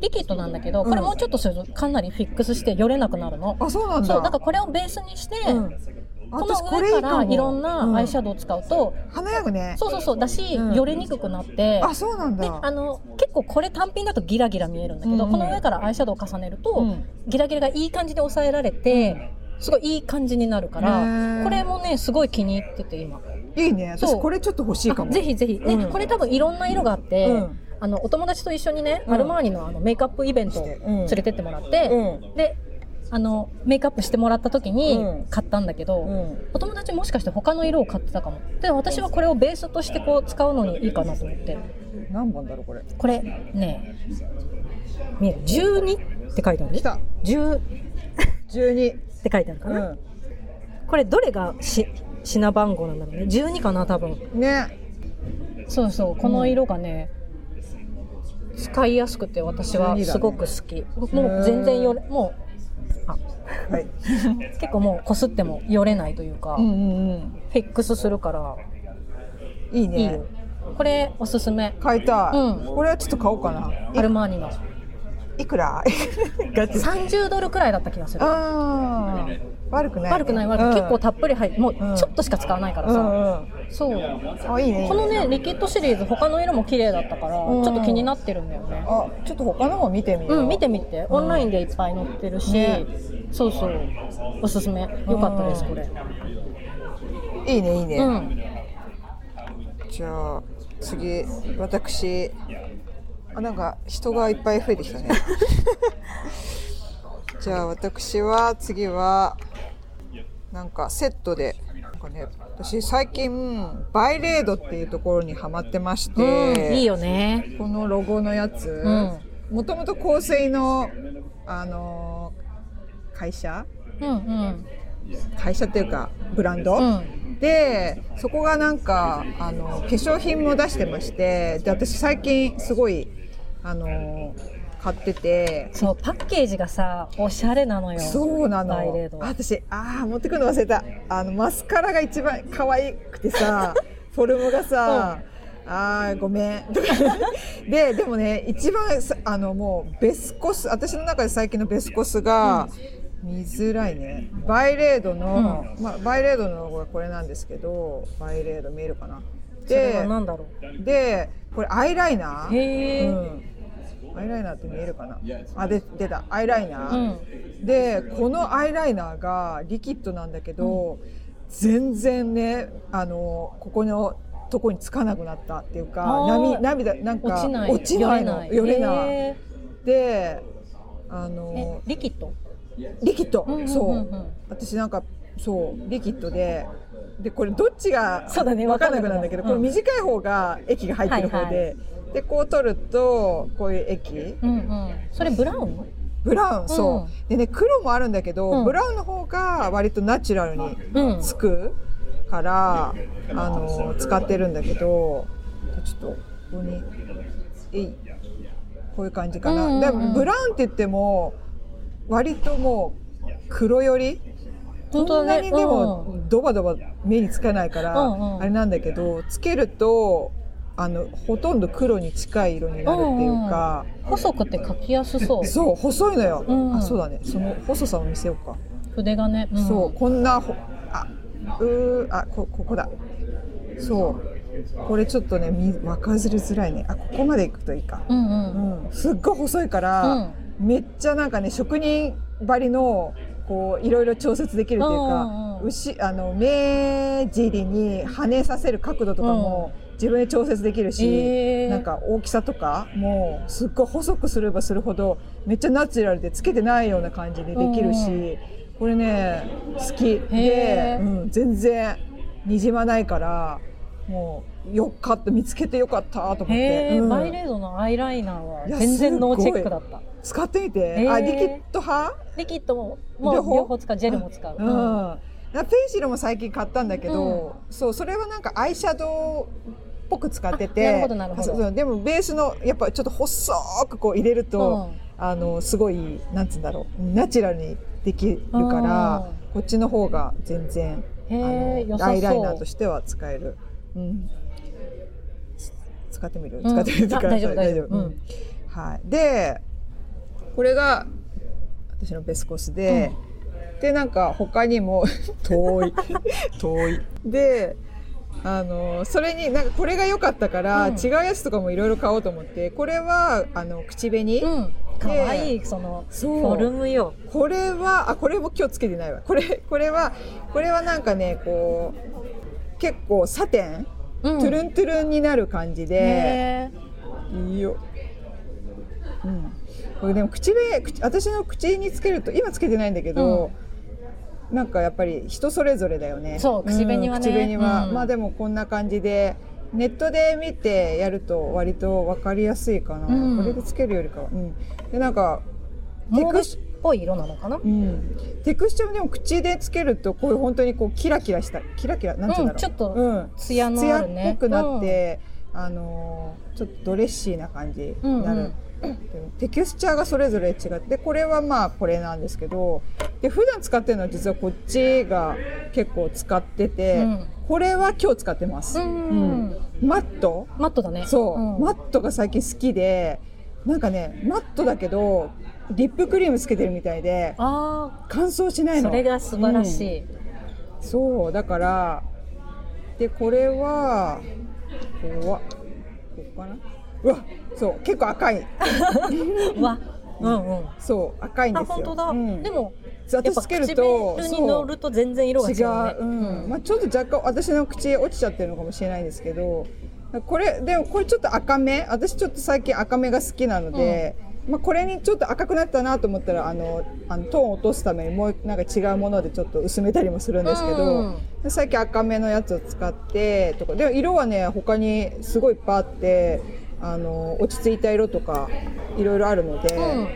S2: リキッドなんだけどこれもうちょっとするとかなりフィックスしてよれなくなるの、
S1: あ、そうなんだ。
S2: そうだからこれをベースにして、
S1: うんあ
S2: こ
S1: 私
S2: の
S1: これい
S2: 上
S1: い
S2: か
S1: からも
S2: いろんなアイシャ
S1: ド
S2: ドウを使うと、
S1: ウ。華やぐね。
S2: そうそうそうだし、
S1: うん
S2: よれにくくなって
S1: あ、そうなん
S2: で
S1: だ。
S2: あの結構これ単品だとギラギラ見えるんだけど、
S1: うんうん
S2: この上からアイシャドウを重ねると、
S1: うん
S2: ギラギラがいい感じに抑えられて、すごいいい感じになるから
S1: へー
S2: これもねすごい気に入ってて今
S1: いいね。私
S2: そう
S1: これちょっと欲しいかも。
S2: ぜひぜひ、ね
S1: うん
S2: これ多分いろんな色があって、
S1: うん
S2: あのお友達と一緒にね、
S1: うん
S2: アルマーニのあのメイクアップイベントを
S1: してうん
S2: 連れてってもらって、
S1: う
S2: であのメイクアップしてもらった時に
S1: うん
S2: 買ったんだけど、
S1: うん。
S2: お友達もしかして他の色を買ってたかもで私はこれをベースとしてこう使うのにいいかなと思って
S1: 何本だろうこれ。
S2: これね見える12って書いてある
S1: 来た。
S2: 10っ
S1: 十二。
S2: て書いて あるか
S1: う
S2: な、
S1: ん。
S2: これどれがし品番号なんだろうね12かな多分
S1: ね。
S2: そうそうこの色がね、使いやすくて私はすごく好き、もう全然よれもうあ
S1: はい。
S2: 結構もうこすってもよれないというか、
S1: う
S2: フ
S1: んうんうん。
S2: ィックスするから
S1: いい
S2: いい
S1: ね
S2: よ。これおすすめ
S1: 買いたい、
S2: うん
S1: これはちょっと買おうかな。
S2: アルマーニの
S1: いいく ら？ガチ。
S2: 30ドルくらいだった気がする
S1: ああ、悪くない。
S2: 悪くない悪くない、結構たっぷり入ってもううんちょっとしか使わないから
S1: う
S2: さ、
S1: んうん。
S2: そう
S1: あ、いいね。
S2: このねリキッドシリーズ他の色も綺麗だったから、
S1: うん
S2: ちょっと気になってるんだよね
S1: あ、ちょっと他のも見てみよう。
S2: うん見てみてオンラインでいっぱい載ってるし、
S1: ね
S2: そうそうおすすめよかったですこれ
S1: いいねいいね。
S2: うん
S1: じゃあ次私あなんか人がいっぱい増えてき たねじゃあ私は次はなんかセットでなんかね私最近バイレードっていうところにハマってまして、
S2: うんいいよね
S1: このロゴのやつ
S2: ん
S1: もともと香水の、あのー会社
S2: うんうん
S1: 会社っていうかブランド、
S2: うん
S1: でそこがなんかあの化粧品も出してましてで私最近すごいあの貼ってて
S3: そうパッケージがさおしゃれなのよ
S1: そうなの
S3: バイレード
S1: あ私ああ持ってくの忘れたあのマスカラが一番可愛く てさフォルムがさ、あーごめんででもね一番さあのもうベスコス私の中で最近のベスコスが、見づらいねバイレードの、まあ、バイレードのロゴがこれなんですけどバイレード見えるかな
S3: それは
S1: で
S3: 何だろう
S1: でこれアイライナー、
S3: へえ、
S1: うん、アイライナーって見えるかなあで出たアイライナ
S3: う
S1: ー、
S3: ん
S1: でこのアイライナーがリキッドなんだけど、全然ねあのここのとこにつかなくなったっていうか
S3: あー
S1: 波涙なんか
S3: 落ちない
S1: 落ちないのよれない
S3: へ
S1: であ
S3: ーえ
S1: の
S3: リキッド
S1: リキッド、そう,、
S3: うんうんうん
S1: 私なんかそうリキッドででこれどっちが
S3: そうだね
S1: 分かんなくなるんだけど、
S3: わかん
S1: こ
S3: な
S1: れ
S3: くな
S1: 短い方が液が入ってる方で、
S3: は
S1: でこう取るとこういう液
S3: うんうんそれブラウン
S1: ブラウンそう、でね黒もあるんだけど、
S3: うん
S1: ブラウンの方が割とナチュラルに
S3: うん
S1: つくから、あの使ってるんだけどちょっとここにえいこういう感じかな、
S3: うんうんうん
S1: でもブラウンって言っても割ともう黒寄り
S3: 本
S1: そ
S3: 当
S1: ん
S3: だ
S1: な
S3: ね
S1: にでもドバドバ目につかないから
S3: うんうん
S1: あれなんだけどつけるとあのほとんど黒に近い色になるっていうか、
S3: うん細くて書きやすそう
S1: そう細いのよ、
S3: うん
S1: あそうだねその細さを見せようか、
S3: 筆がね、ん
S1: そうこんなほあうーあこここだそうこれちょっとねみ分かりづらいねあここまでいくといいか、
S3: うんう
S1: うんん、すっごい細いか
S3: う
S1: ら、
S3: ん
S1: めっちゃなんかね職人ばりのこういろいろ調節できるという
S3: うんうん
S1: か
S3: うん
S1: 牛あの目尻に跳ねさせる角度とかも自分で調節できるし、
S3: えー
S1: なんか大きさとかもすっごい細くすればするほどめっちゃナチュラルでつけてないような感じでできるし、
S3: うん
S1: これね好き
S3: へ
S1: で
S3: ー、
S1: うん、全然にじまないからもうよかった見つけてよかったと思って。
S3: へえ、
S1: うん
S3: バイレードのアイライナーはい
S1: や
S3: 全然ノーチェックだった
S1: 使ってみて、
S3: ー
S1: あリキッド派
S3: リキッドももう
S1: 両方
S3: 両方使うジェルも使う、
S1: うん、ペンシルも最近買ったんだけど、そうそれはなんかアイシャドウっぽく使ってて
S3: あなるほどなるほど
S1: そうそうでもベースのやっぱちょっと細くこう入れると、あのすごいなんつうんだろうナチュラルにできるから、こっちの方が全然
S3: うん、へえ
S1: あ
S3: 良
S1: の
S3: さ
S1: アイライナー
S3: そ
S1: と
S3: う
S1: しては使える、うん、使ってみる、
S3: ん
S1: 使ってみる
S3: あ
S1: 使ってみ
S3: 大丈夫
S1: る
S3: 大丈夫
S1: うんはい、でこれが私のベスコスで、でなんか他にも 遠い遠いであのそれになんかこれが良かったから、
S3: うん
S1: 違うやつとかもいろいろ買おうと思ってこれはあの口紅、
S3: うん可愛いその
S1: そう
S3: フォルムよ
S1: これはあこれも今日つけてないわこれこれはこれはなんかねこう結構サテン、
S3: うん
S1: トゥルントゥルンになる感じで
S3: へー
S1: いいよ、うん、これでも口紅口私の口につけると今つけてないんだけど、なんかやっぱり人それぞれだよね
S3: そう口紅はね
S1: ん口紅は、
S3: うん
S1: まあでもこんな感じでネットで見てやると割と分かりやすいかな、
S3: うん
S1: これでつけるよりかは、うん、でなんか
S3: モールっぽい色なのかな
S1: うん、テクスチャーもでも口でつけるとこういう本当にこうキラキラしたキラキラなんていうん
S3: う
S1: だろう、
S3: んちょっと
S1: うん
S3: ツヤの
S1: ツ
S3: あ
S1: ヤ
S3: る
S1: っ
S3: ね
S1: ぽくなって、あのーちょっとドレッシーな感じになる、テクスチャーがそれぞれ違ってこれはまあこれなんですけどで普段使ってるのは実はこっちが結構使ってて、
S3: うん
S1: これは今日使ってます、
S3: うん、
S1: うんマット
S3: マットだね
S1: そう、
S3: ん
S1: マットが最近好きでなんかねマットだけどリップクリームつけてるみたいで
S3: あ
S1: 乾燥しな
S3: あ
S1: いの
S3: それが素晴らしい、
S1: そうだからでこれはこわここかなうわそう結構赤い
S3: わうんうん
S1: そう赤いんです
S3: あ
S1: よ
S3: 本当だ、
S1: うん、
S3: でもやっ
S1: 私
S3: ぱ
S1: つける
S3: 唇
S1: と
S3: に乗ると全然色が違う,、ね、
S1: 違う、うんまあ、ちょっと若干私の口落ちちゃってるのかもしれないですけどこれでもこれちょっと赤め私ちょっと最近赤めが好きなので、まあ、これにちょっと赤くなったなと思ったらあのあのトーンを落とすためにもうなんか違うものでちょっと薄めたりもするんですけど、
S3: うん
S1: で最近赤めのやつを使ってとかでも色はね他にすごいいっぱいあってあの落ち着いた色とかいろいろあるので、
S3: うん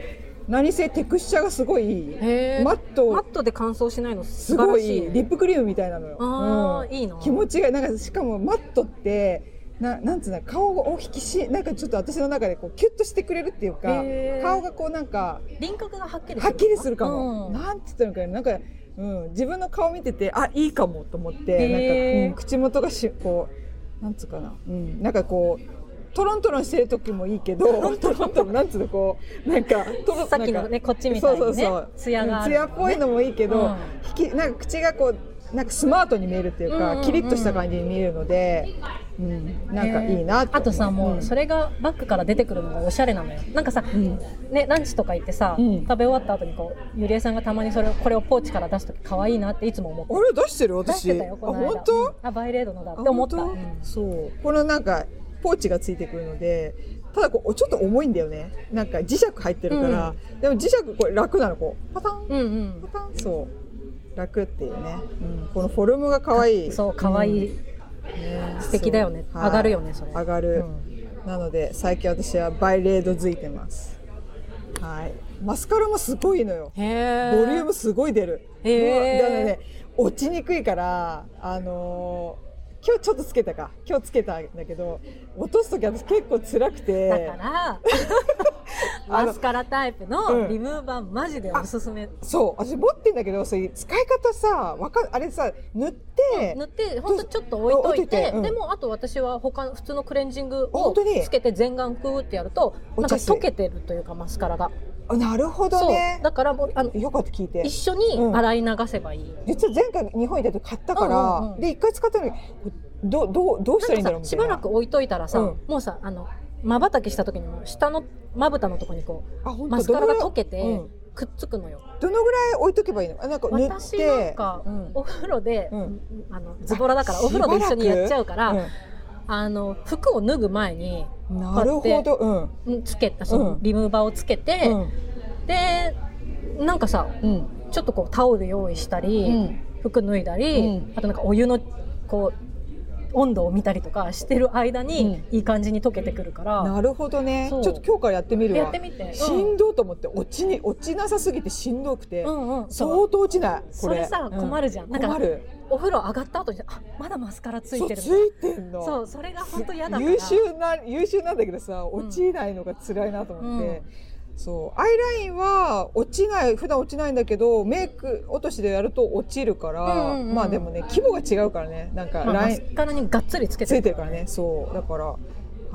S1: 何せテクスチャーがすごいいい
S3: へー
S1: マット
S3: マットで乾燥しないの
S1: す
S3: 素晴
S1: ご
S3: らしい
S1: いリップクリームみたいなのよ。
S3: あー
S1: うん
S3: いいな
S1: 気持ちがなんかしかもマットってななんつうの顔を引きしなんかちょっと私の中でこうキュッとしてくれるっていうか
S2: へー
S1: 顔がこうなんか
S2: 輪郭がはっきり
S1: はっきりするかも、
S2: うん
S1: なんて言ったのかななんか、うん、自分の顔見ててあいいかもと思ってなんか、
S2: へー
S1: うん口元がしこうなんつうかな、うん、なんかこうトロントロンしてる時もいいけどトロントロンなんつうのこうなんかトロ
S2: さっきのねこっちみたいにね
S1: そうそうそう
S2: ツヤがあ
S1: ツ
S2: る
S1: ヤっぽいのもいいけど、
S2: うん
S1: 引きなんか口がこうなんかスマートに見えるっていうか、
S2: うんうんうん
S1: キリッとした感じに見えるので、うん、なんかいいなって思う、
S2: あとさもうそ
S1: れ、
S2: れがバッグから出てくるのがおしゃれなのよなんかさ、
S1: うん
S2: ね、ランチとか行ってさ、
S1: うん
S2: 食べ終わった後にこうゆりえさんがたまにそれをこれをポーチから出す時可愛いなっていつも思って
S1: あれ出してる
S2: 出
S1: 私
S2: してたよこの間
S1: あ本当、
S2: うんあバイレードのだ
S1: あ
S2: って思った、
S1: 本
S2: うん
S1: 当そうこのなんかポーチがついてくるのでただこうちょっと重いんだよねなんか磁石入ってるから、でも磁石これ楽なのこうパタン
S2: うん
S1: パタンそう楽っていうね、うん、このフォルムが可愛
S2: う
S1: い
S2: ん、そう可愛い、
S1: うんね
S2: 素敵だよね、
S1: そうはい
S2: 上がるよねそれ
S1: 上がる、なので最近私はバイレード付いてますはいマスカラもすごいのよ
S2: へえ
S1: ボリュームすごい出る。
S2: へー
S1: もうだからね、落ちにくいから、あのー今日ちょっとつけたか、今日つけたんだけど、落とすとき私結構辛くて。
S2: だから、
S1: あの
S2: マスカラタイプ
S1: う
S2: の
S1: ん
S2: リムーバーマジでおすすめ。
S1: そう、私持ってんだけど、そういう使い方さ、わか、あれさ、塗って。
S2: 塗ってほんとちょっと置いとい
S1: 置
S2: て
S1: いといてうん
S2: でもあと私は他の普通のクレンジング
S1: あ
S2: を
S1: 本当に
S2: つけて全眼クーってやると
S1: お
S2: なんか
S1: 茶水
S2: 溶けてるというかマスカラが
S1: あなるほど
S2: そう
S1: ね。
S2: だからもうあの
S1: よかった聞いて
S2: 一。緒に
S1: うん
S2: 洗い流せばいい、
S1: 実は前回日本にいた時買ったから、
S2: うんうんうん
S1: で一回使ったのに、どうどうどうしたらいいんだ
S2: な
S1: ろうんみた
S2: かさし
S1: いな。
S2: ばらく置いといたらさ、
S1: うん
S2: もうさあのまばたきした時にも下のまぶたのとこにこ
S1: あ本
S2: う
S1: 当
S2: マスカラが溶
S1: け
S2: けて
S1: うん
S2: くっつくのよ、
S1: どのぐらい置いとけばいいの？あなんか塗って。
S2: 私なんか
S1: うん
S2: お風呂で、
S1: うん
S2: あのズボラだから
S1: あ
S2: お風呂で一緒にやっちゃうから、
S1: うん
S2: あの服を脱ぐ前に
S1: なるほど、うん、
S2: んつけたその
S1: うん
S2: リムーバーをつけて、
S1: うん
S2: でなんかさ
S1: うん
S2: ちょっとこうタオル用意したり、
S1: うん
S2: 服脱いだり、
S1: うん
S2: あとなんかお湯のこう温度を見たりとかしてる間に、いい感じに溶けてくるから
S1: なるほどねち
S2: そ
S1: ょ
S2: う
S1: っと今日からやってみるわ
S2: やってみて、
S1: しんどうと思って落ちに落ちなさすぎてしんどくて、
S2: うんうんうんそう
S1: 相当落ちないこ
S2: そ
S1: れ
S2: れさ
S1: うん
S2: 困るじゃん、なん
S1: 困
S2: か
S1: る
S2: お風呂上がった後にあまだマスカラついてる
S1: そうついてんの
S2: そうそれが本当嫌だから
S1: 優秀な優秀なんだけどさ落ちないのが辛いなと思って、そうアイラインは落ちない普段落ちないんだけどメイク落としでやると落ちるから、
S2: うんうんうん
S1: まあでもね規模が違うからねなんか
S2: まあ
S1: ラ
S2: マ
S1: イン
S2: スカラにがっつりつけ
S1: つ
S2: て
S1: いてるからねそうだから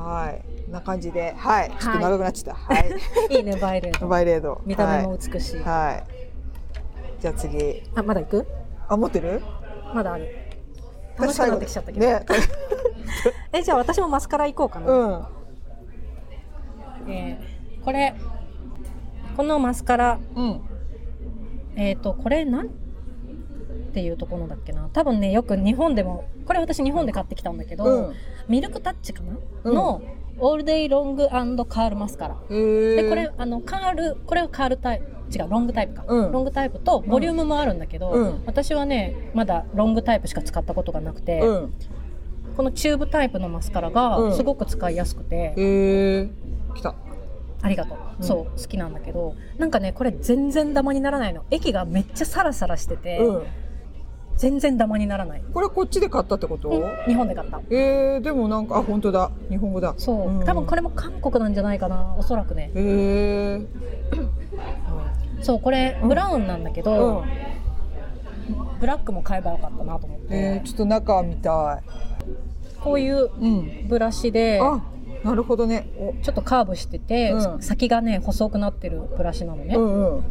S1: はいこんな感じではいちょっと長くなっちゃった はい、
S2: いいねバイレード
S1: バイレード
S2: 見た目も美しい、
S1: はい、はい、じゃあ次
S2: あまだ行く
S1: あ持ってる
S2: まだある楽しくなってきちゃったけど、
S1: ね
S2: えじゃあ私もマスカラ行こうか
S1: う
S2: な、
S1: ん
S2: えーこれこのマスカラ
S1: うん
S2: えっ、とこれなんっていうところだっけな多分ねよく日本でもこれ私日本で買ってきたんだけど、
S1: うん
S2: ミルクタッチかな、
S1: うん
S2: のオールデイロングカールマスカラ
S1: へー
S2: でこれあのカールこれはカールタイプ違うロングタイプか、
S1: うん
S2: ロングタイプとボリュームもあるんだけど、
S1: うん
S2: 私はねまだロングタイプしか使ったことがなくて、
S1: うん
S2: このチューブタイプのマスカラ
S1: う
S2: が
S1: ん
S2: すごく使いやすくて、
S1: へえ来た
S2: ありがとう、
S1: うん
S2: そう好きなんだけどなんかねこれ全然ダマにならないの液がめっちゃサラサラしてて、
S1: うん
S2: 全然ダマにならない、
S1: これこっちで買ったってこと、
S2: 日本で買った
S1: えー、でもなんかあ本当だ日本語だ
S2: そう、
S1: うん
S2: 多分これも韓国なんじゃないかなおそらくね
S1: へえー
S2: そうこれ
S1: うん
S2: ブラウンなんだけ
S1: う
S2: ど、
S1: ん
S2: ブラックも買えばよかったなと思って、
S1: えー、ちょっと中見た
S2: こういう
S1: いうん
S2: ブラシで
S1: あなるほどねお
S2: ちょっとカーブしてて、
S1: うん
S2: 先がね細くなってるブラシなのね、
S1: うんうん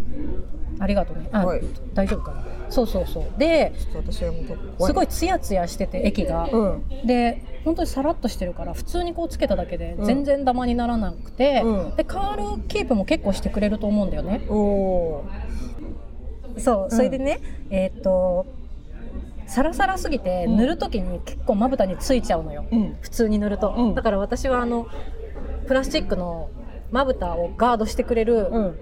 S2: ありがとうねあ、
S1: はい
S2: 大丈夫かなそうそうそうで
S1: ちょっと私はもう怖
S2: すご
S1: い
S2: いツヤツヤしてて液が、
S1: うん
S2: で本当にさらっとしてるから普通にこうつけただけで
S1: うん
S2: 全然ダマにならなくて、
S1: うん
S2: でカールキープも結構してくれると思うんだよね
S1: おおー
S2: そうそれでね、えーっとサラサラすぎて
S1: うん
S2: 塗る時に結構まぶたについちゃうのよ、
S1: うん
S2: 普通に塗ると、
S1: うん
S2: だから私はあのプラスチックのまぶたをガードしてくれる
S1: うん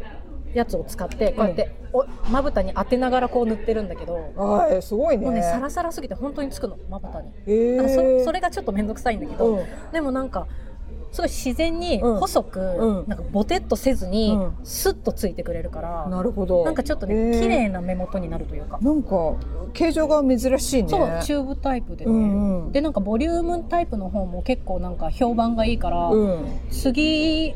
S2: やつを使ってこうやって、おまぶたに当てながらこう塗ってるんだけど、
S1: はいすごいね
S2: もうねサラサラすぎて本当につくのまぶたに、
S1: えー、
S2: なんかそそれがちょっと面倒くさいんだけど、
S1: うん
S2: でもなんかすごい自然に
S3: うん
S2: 細く、
S3: うん
S2: なんかボテッとせずに、
S3: うん
S2: スッとついてくれるから、
S3: なるほど
S2: なんかちょっと
S1: へ
S2: ね
S1: ー
S2: 綺麗な目元になるというか、
S1: なんか形状が珍しいね
S2: そうチューブタイプでね、
S3: うんうん
S2: でなんかボリュームタイプの方も結構なんか評判がいいから、
S3: うん
S2: 次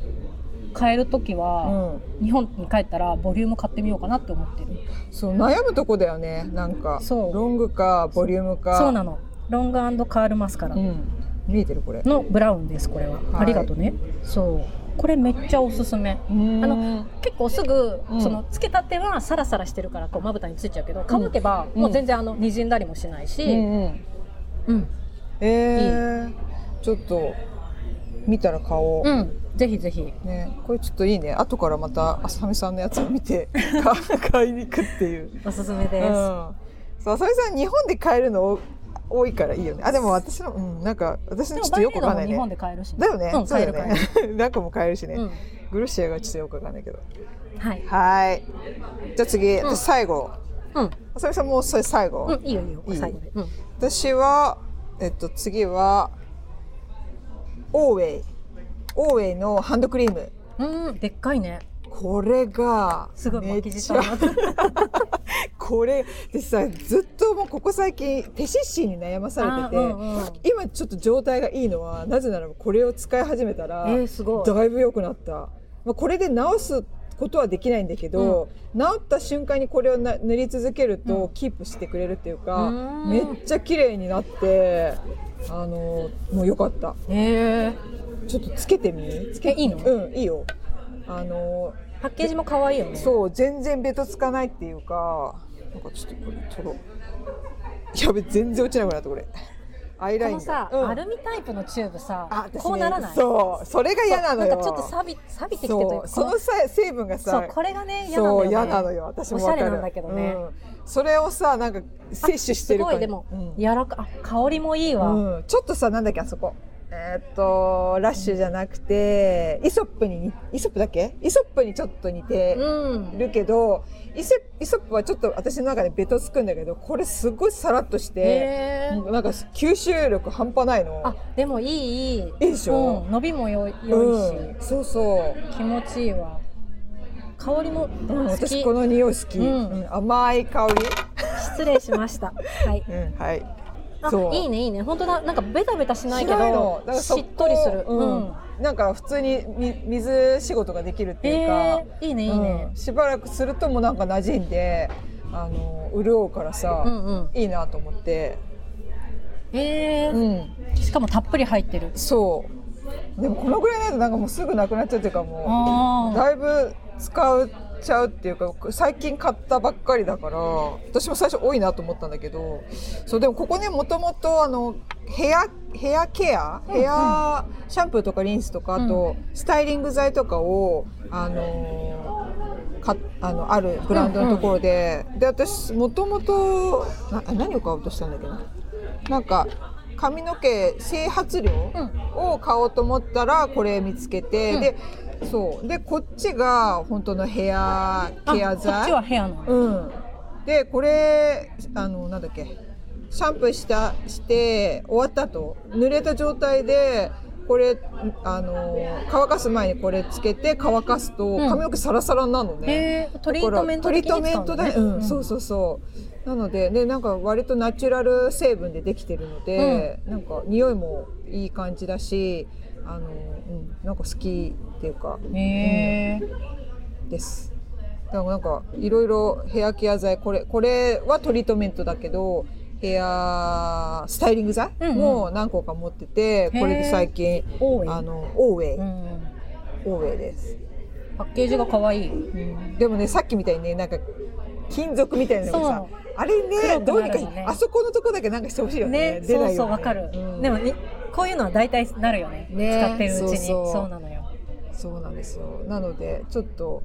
S2: 買える時
S3: う
S2: は、
S3: ん
S2: 日本に帰ったらボリューム買ってみようかなって思ってる
S1: そう悩むとこだよねなんか
S2: そう
S1: ロングかボリュームか
S2: そうなのロングカールマスカラ
S1: うん、見えてるこれ
S2: のブラウンですこれは、
S1: い
S2: ありがとうねそうこれめっちゃおすすめ
S1: あ
S2: の結構すぐ、
S1: うん
S2: そのつけたてはサラサラしてるからこうまぶたについちゃうけど乾けば、
S1: うん
S2: もう全然あの滲んだりもしないし、
S1: うんうん、
S2: うん
S1: えー、ちょっと見たら買おう、
S2: うんぜひぜひ
S1: ね、これちょっといいね後からまた浅見さんのやつを見てか買いに行くっていう、
S2: おすすめ
S1: うん
S2: で、
S1: そう浅見さん日本で買えるの多多いからいいよねあでも私の、うん、なんか私
S2: で
S1: の
S2: も
S1: ちょっ
S2: バ
S1: と
S2: イ
S1: よ
S2: レ
S1: く
S2: ー
S1: わかん
S2: ドも
S1: ない
S2: 日
S1: ね
S2: 本で買えるしね、
S1: だよね、
S2: うん
S1: そうだ
S2: 買える
S1: よ
S2: 買え
S1: ね
S2: る、
S1: なんかも買えるしね、
S2: うん、
S1: グルシアがちょっとよくわかんないけど
S2: はい
S1: はいじゃあ次、
S2: うん
S1: 私最後
S2: うん、
S1: 浅見さんもうそれ最後、
S2: うん、いいよいいよ
S1: いい
S2: 最後で、うん、
S1: 私は、えっと、次はオーウェイオーウェイのハンドクリーム
S2: うん、でっかいね
S1: これが
S2: すごい
S1: めっ
S2: 巻き
S1: ち
S2: 舌に
S1: ゃ
S2: なってる
S1: これでさずっともうここ最近手湿疹に悩ま されてて、
S2: あーうんうん
S1: 今ちょっと状態がいいのはなぜならばこれを使い始めたら、
S2: えー、すごい
S1: だいぶ良くなった、まあ、これで治すことはできないんだけど、治った瞬間にこれをな塗り続けるとキープしてくれるっていうか、
S2: うん
S1: めっちゃ綺麗になってあのもう良かった
S2: えー、
S1: ちょっとつけてみつけ
S2: えいいの
S1: うんいいよあの
S2: パッケージも可愛いよね
S1: そう全然ベトつかないっていうかなんかちょっとこれ取ろうやべ全然落ちなくなったこれアイラ
S2: こ
S1: イン
S2: のさ、
S1: がうん
S2: アルミタイプのチューブさ
S1: あ私ね
S2: こうならない
S1: そうそれが嫌なのよ
S2: そうなんかちょっと錆び錆びてきてという
S1: そ
S2: か
S1: うそのさ成分が
S2: そう
S1: さ
S2: これがね嫌なん
S1: そ
S2: だよ
S1: う
S2: ね
S1: 嫌なのよ私もわかる
S2: おしゃれなんだけどね
S1: うんそれをさなんか摂取してる
S2: あ
S1: 感
S2: すごい
S1: じ
S2: でも、
S1: うん
S2: 柔らかあ香りもいいわ、
S1: うんちょっとさなんだっけあそこえーっとラッシュじゃなくてイソップに似イソップだっけイソップにちょっと似て
S2: うん
S1: るけど、イソイソップはちょっと私の中でベトつくんだけどこれすごいさらっとして、
S2: へー
S1: なんか吸収力半端ないの
S2: あでもいいいいい
S1: いいでしょ
S2: うん、伸びもよ良いし、
S1: うん、そうそう
S2: 気持ちいいわ香りも
S1: うん
S2: 好き、
S1: 私この匂い好き、
S2: うん
S1: うん甘い香
S2: 失礼しま したはい
S1: り、うん、はい
S2: あ
S1: そう
S2: いいねいいね本当だなんかベタベタしないけ
S1: しないのだか
S2: ど
S1: らそ
S2: し
S1: こ
S2: っとりする
S1: う
S2: うんん、
S1: なんか普通にみ水仕事ができるっていうか、
S2: えー、いいねいいね
S1: うん、しばらくするともうなんか馴染んであの潤うから
S2: う
S1: さ、
S2: んうん
S1: いいなと思って、
S2: えー
S1: うん、
S2: しかもたっぷり入ってる
S1: そうでもこのぐらいないとなんかもうすぐなくなっちゃうっていうかもう
S2: あ
S1: だいぶ使っちゃうっていうか最近買ったばっかりだから私も最初多いなと思ったんだけどそうでもここねもともとあのヘアヘアケア、ヘアシャンプーとかリンスとかあとスタイリング剤とかをあのーかあのあるブランドのところで、で私もともとな何を買おうとしたんだっけななんか髪の毛整髪料を買おうと思ったらこれ見つけて、
S2: うん
S1: でそうでこっちが本当のヘア
S2: あ
S1: ケア剤
S2: こっちはヘアなの
S1: うん、でこれあのなんだっけシャンプーしたして終わった後濡れた状態でこれあの乾かす前にこれつけて乾かすと
S2: ん
S1: 髪の毛サラサラなのね。
S2: へえトリ
S1: だか
S2: ー
S1: ら
S2: トメント的に使
S1: ト
S2: う
S1: リートメント
S2: の
S1: だ
S2: ね
S1: ね、うん、そうそうそうなのでねなんか割とナチュラル成分でできてるので、なんか匂いもいい感じだしあの、うん、なんか好きっていうか
S2: へえ
S1: ですだからなんかいろいろヘアケア剤これこれはトリートメントだけどヘアスタイリング剤
S2: うんうん
S1: も何個か持ってて、
S2: へー
S1: これで最近
S2: 多い
S1: あのオーウェイ、
S2: うん
S1: オーウェイです、
S2: パッケージが可愛い
S1: うんでもねさっきみたいにねなんか金属みたいなのがさ
S2: そ
S1: あれね
S2: 黒く
S1: どう
S2: な
S1: に
S2: るのね
S1: かあそこのとこだけなんかしてほしいよね
S2: ね
S1: 出
S2: そ
S1: ないよ
S2: う
S1: ね
S2: そうわかる、
S1: うん
S2: でもにこういうのは大体なるよね
S1: ね
S2: 使ってるうちに
S1: そうそう
S2: なのよ
S1: そうなんですよなのでちょっと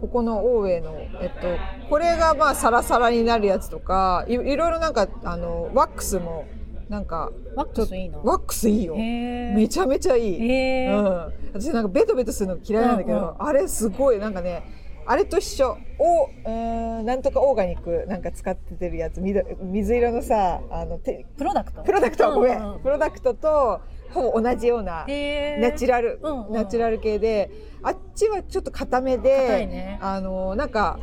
S1: ここの大江の、えっと、これがまあサラサラになるやつとかいいろいろなんかあのワックスもなんか
S2: ワックスいいな
S1: ワックスいいよ
S2: へえ
S1: めちゃめちゃいい、
S2: へえ
S1: うん、私なんかベトベトするの嫌いなんだけど、
S2: うんうん
S1: あれすごいなんかねあれと一緒おうーんなんとかオーガニックなんか使っててるやつ緑水色のさあのて
S2: プロダクト
S1: プロダクト、ごめ
S2: うんうん
S1: ん、プロダクトと、ほぼ同じような
S2: へ
S1: ナチュラル、
S2: うんうん
S1: ナチュラル系であっちはちょっと固め
S2: 硬
S1: で、
S2: いね
S1: あのなんか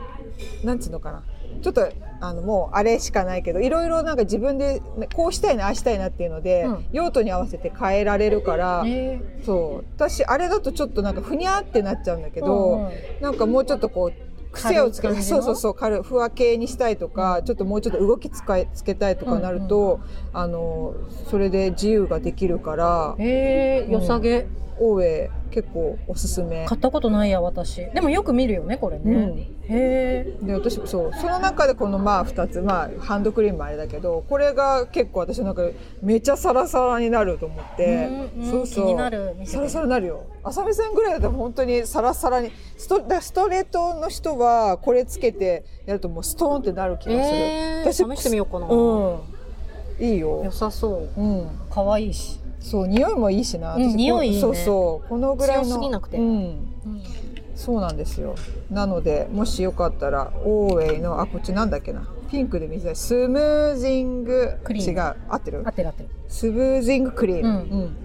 S1: なんつうのかなちょっとあのもうあれしかないけどいろいろなんか自分でこうしたいなああしたいなっていうので、
S2: うん
S1: 用途に合わせて変えられるから、
S2: え
S1: そう私あれだとちょっとなんかふにゃってなっちゃうんだけど、
S2: うんうん
S1: なんかもうちょっとこう癖をつけ
S2: 軽い感じ
S1: そ
S2: の
S1: うそうそう軽いふわ系にしたいとか、ちょっともうちょっと動きつかいつけたいとかなると、あのそれで自由ができるから
S2: えー、良さげ、
S1: 大江結構おすすめ。
S2: 買ったことないや私でもよく見るよねこれ
S1: う
S2: ね、
S1: ん、
S2: へえ
S1: で私そうその中でこのまあ2つ、まあ、ハンドクリームもあれだけどこれが結構私の中でめちゃサラサラになると思って、そうそう
S2: 気になる見せ
S1: サ
S2: て
S1: ラサラになるよ浅見さんぐらいだと本当にサラサラにストだからストレートの人はこれつけてやるともうストーンってなる気がする、
S2: えー、試
S1: 私
S2: してみようかな、
S1: うんいい
S2: 良
S1: よ、
S2: さそう
S1: うん、
S2: 可愛いし、
S1: そう匂いもいいしな
S2: うん
S1: 私こ
S2: 匂いいいね
S1: そうそうこのぐらいの
S2: 強すぎなくて
S1: うん、そうなんですよなのでもしよかったらオーウェイのあこっちなんだっけなピンクで見せたいスムージング
S2: クリーム
S1: 違う合ってる
S2: 合ってる合ってる
S1: スムージングクリーム、
S2: うん
S1: うん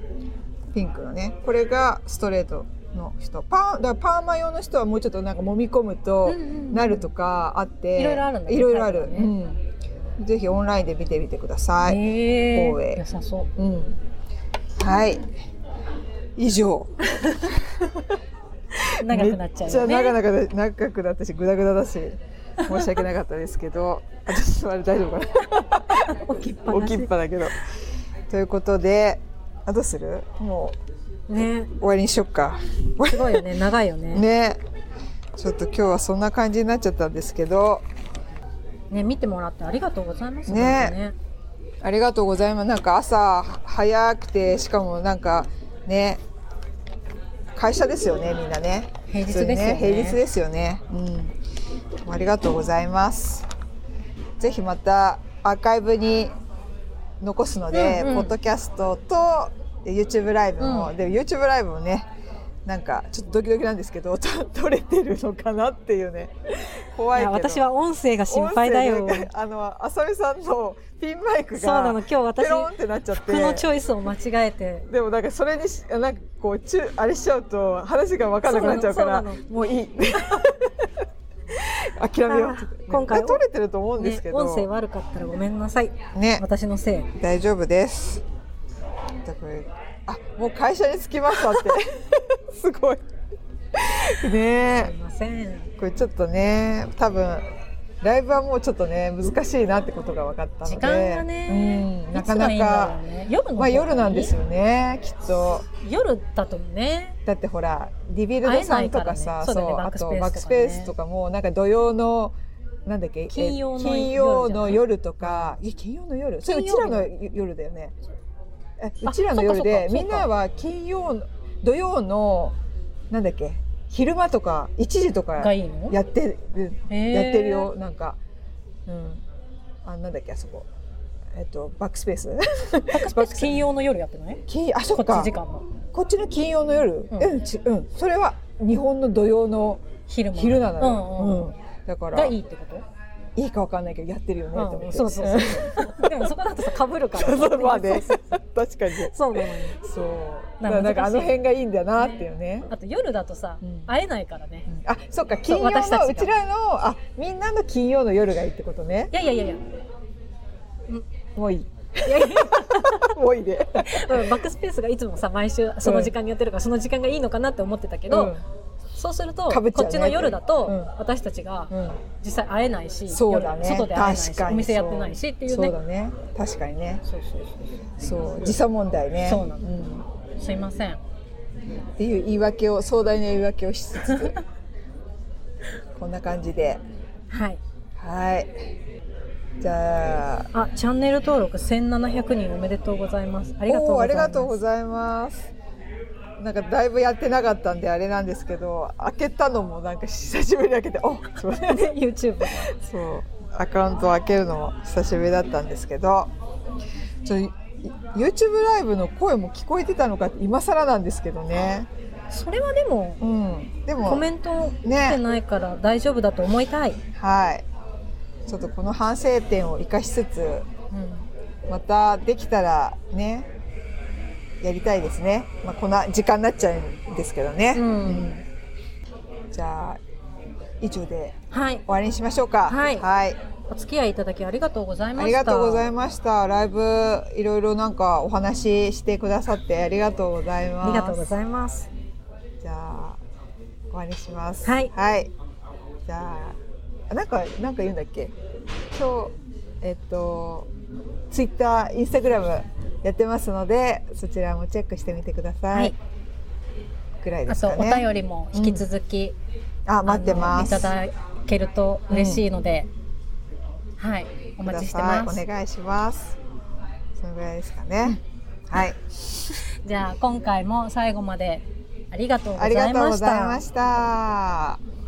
S1: ピンクのねこれがストレートの人パーだからパーマ用の人はもうちょっとなんか揉み込むとなるとかあって、
S2: いろいろあるんだね
S1: いろいろある
S2: タイプが
S1: うん、ぜひオンラインで見てみてください、
S2: え
S1: 大江
S2: 良さそう
S1: うんはい以上
S2: 長くなっちゃう
S1: めっち
S2: よね
S1: ゃ長々だ長くなったしグダグダだし申し訳なかったですけど 私はあれ大丈夫か
S2: 置きっぱ
S1: な大
S2: な
S1: き
S2: し
S1: っぱだけどということであどうするも
S2: ね
S1: う終わりにしよっか
S2: すごいよね長いよねね
S1: ねちょっと今日はそんな感じになっちゃったんですけど
S2: 見てもらってありがとうございます
S1: ね
S2: なんかね
S1: ありがとうございますなんか朝早くてしかもなんかね会社ですよねみんなね
S2: 平日ですよね
S1: 普通に平日ですよねうんありがとうございますぜひまたアーカイブに残すので、
S2: うんうん
S1: ポッドキャストと YouTube ライブも、
S2: うん
S1: でも YouTube ライブもねなんかちょっとドキドキなんですけど と撮れてるのかなっていうね怖い
S3: い
S1: け
S3: や
S1: ど
S3: 私は音声が心配だよ
S1: 音。声であの浅見さんのピンマイクが
S3: そうなの今日私
S1: ペロンってなっちゃって
S3: 服のチョイスを間違えて。
S1: でもなんかそれにしなんかこうちゅあれしちゃうと話が分からなくなっちゃうから
S3: そうなのそう
S1: もう いい諦めようって
S3: 今回は
S1: ね取れてると思うんで
S3: ね
S1: すけ、ど、
S3: 音声悪かったらごめんなさい。
S1: ね
S3: 私のせい。
S1: 大丈夫ですだからあもう会社に着きましたって すごい
S3: す
S1: ねえ
S3: いません。
S1: これちょっとね多分ライブはもうちょっとね難しいなってことが分かったので
S3: 時間がね、
S1: うん
S3: い
S1: な
S3: つ
S1: か
S3: がい
S1: ない
S3: んだ
S1: か
S3: ろうね夜の方がいい
S1: まあ夜なんですよねきっと
S2: 夜だとね
S1: だってほらリビルドさんとかさ
S2: 会えないからねそうだね
S1: あと
S2: バ
S1: バッ
S2: ック
S1: ク
S2: ス
S1: ス
S2: ペ
S1: ペ
S2: ー
S1: ー
S2: ス
S1: ス
S2: と
S1: とかもなんか土曜のなんだっけえ
S2: 金曜の夜
S1: 金曜の夜とかえ金曜の夜それう
S2: 金
S1: ち
S2: 曜
S1: ら
S2: 日
S1: の夜だよねえ
S2: あ
S1: うちらの夜で
S2: そうかそ
S1: みん
S2: うかそうか
S1: なは金曜の土曜のなんだっけ昼間とか1時とか
S2: がいいの
S1: やってる
S2: や
S1: やってるよなんか、うん、あなんだっけあそこ、えっと、バックスペース
S2: 金曜の夜やってない
S1: 金あそ
S2: こ
S1: っ
S2: っち
S1: か
S2: 時間の
S1: こっちの金曜の夜、
S2: う
S1: うんんちうん、それは日本の土曜の
S2: 昼も
S1: 昼なの
S2: うんうん
S1: よ、うんだから
S2: が
S1: い
S2: い
S1: い
S2: いってこと
S1: かわかんないけどやってるよね、と
S2: う
S1: 思っ
S2: ん
S1: て
S2: そうそうそうそ うでもそこだとさかぶるから
S1: そうそうまあね
S2: そう
S1: 確かに
S2: そうなのよ
S1: そうだ
S2: な
S1: か
S2: んから
S1: なんかあ
S2: 難しい
S1: の辺がいいんだなっていうね
S2: あと夜だとさ、
S1: うん
S2: 会えないからね
S1: うんあそっか金曜
S2: 私たち
S1: の
S2: が
S1: うちらのあみんなの金曜の夜がいいってことね
S2: いやいやいやいや、
S1: もういい
S2: いやいや
S1: もういいで、
S2: うんバックスペースがいつもさ毎週その時間にやってるから、その時間がいいのかなって思ってたけど、
S1: うん
S2: そうすると
S1: かぶっちゃう
S2: こ
S1: ね
S2: っちの夜だと、
S1: うん
S2: 私たちが
S1: うん
S2: 実際会えないし、
S1: そうだね
S2: 夜外で会えないし
S1: 確かに
S2: お店やってないしっていうね
S1: そうだね確かにね
S2: そうそう
S1: そう時差問題ね
S2: そうなの
S1: ん
S2: そうすいません
S1: っていう言い訳を壮大な言い訳をしつ つこんな感じで
S2: はい
S1: はいじゃあ
S2: あチャンネル登録1700人おめでとうございますあ
S1: あ
S2: りがとうございます
S1: ありがとうございますなんかだいぶやってなかったんであれなんですけど開けたのもなんか久しぶりに開けておすいません
S2: YouTube
S1: そうアカウントを開けるのも久しぶりだったんですけどちょい YouTube ライブの声も聞こえてたのかって今更なんですけどね
S2: それはでも
S1: うんでも
S2: コメント来てないから大丈夫だと思いたい、
S1: はい。ちょっとこの反省点を生かしつつ、
S2: うん
S1: またできたらね、やりたいですね。まあ、こんな時間になっちゃうんですけどね。
S4: うん
S1: じゃあ、以上で
S2: はい
S1: 終、わりにしましょうか。
S2: はいお付き合いいただきありがとうございました。
S1: ありがとうござ
S2: ま
S1: いました。ライブいろいろなんかお話ししてくださってありがとうございます。
S2: ありがとうございます。
S1: じゃあ終わりします。
S2: はい
S1: じゃあなんかなんか言うんだっけ。今日えっとツイッター、インスタグラムやってますのでそちらもチェックしてみてください。
S2: はい
S1: ぐらいで
S2: あ
S1: す
S2: と
S1: か
S2: お
S1: ね。
S2: 便りも引き続き、
S1: あ待ってま
S2: あ
S1: す。
S2: のいただけると嬉しいので、はい、お待ちして
S1: く
S2: ま
S1: ださい
S2: す
S1: お。願いします。そのぐらいですかね。はい。
S2: じゃあ今回も最後までありがとうご
S1: あ
S2: ざ
S1: りが
S2: い
S1: とう
S2: ま
S1: ご
S2: し
S1: ざい
S2: た
S1: ま。した。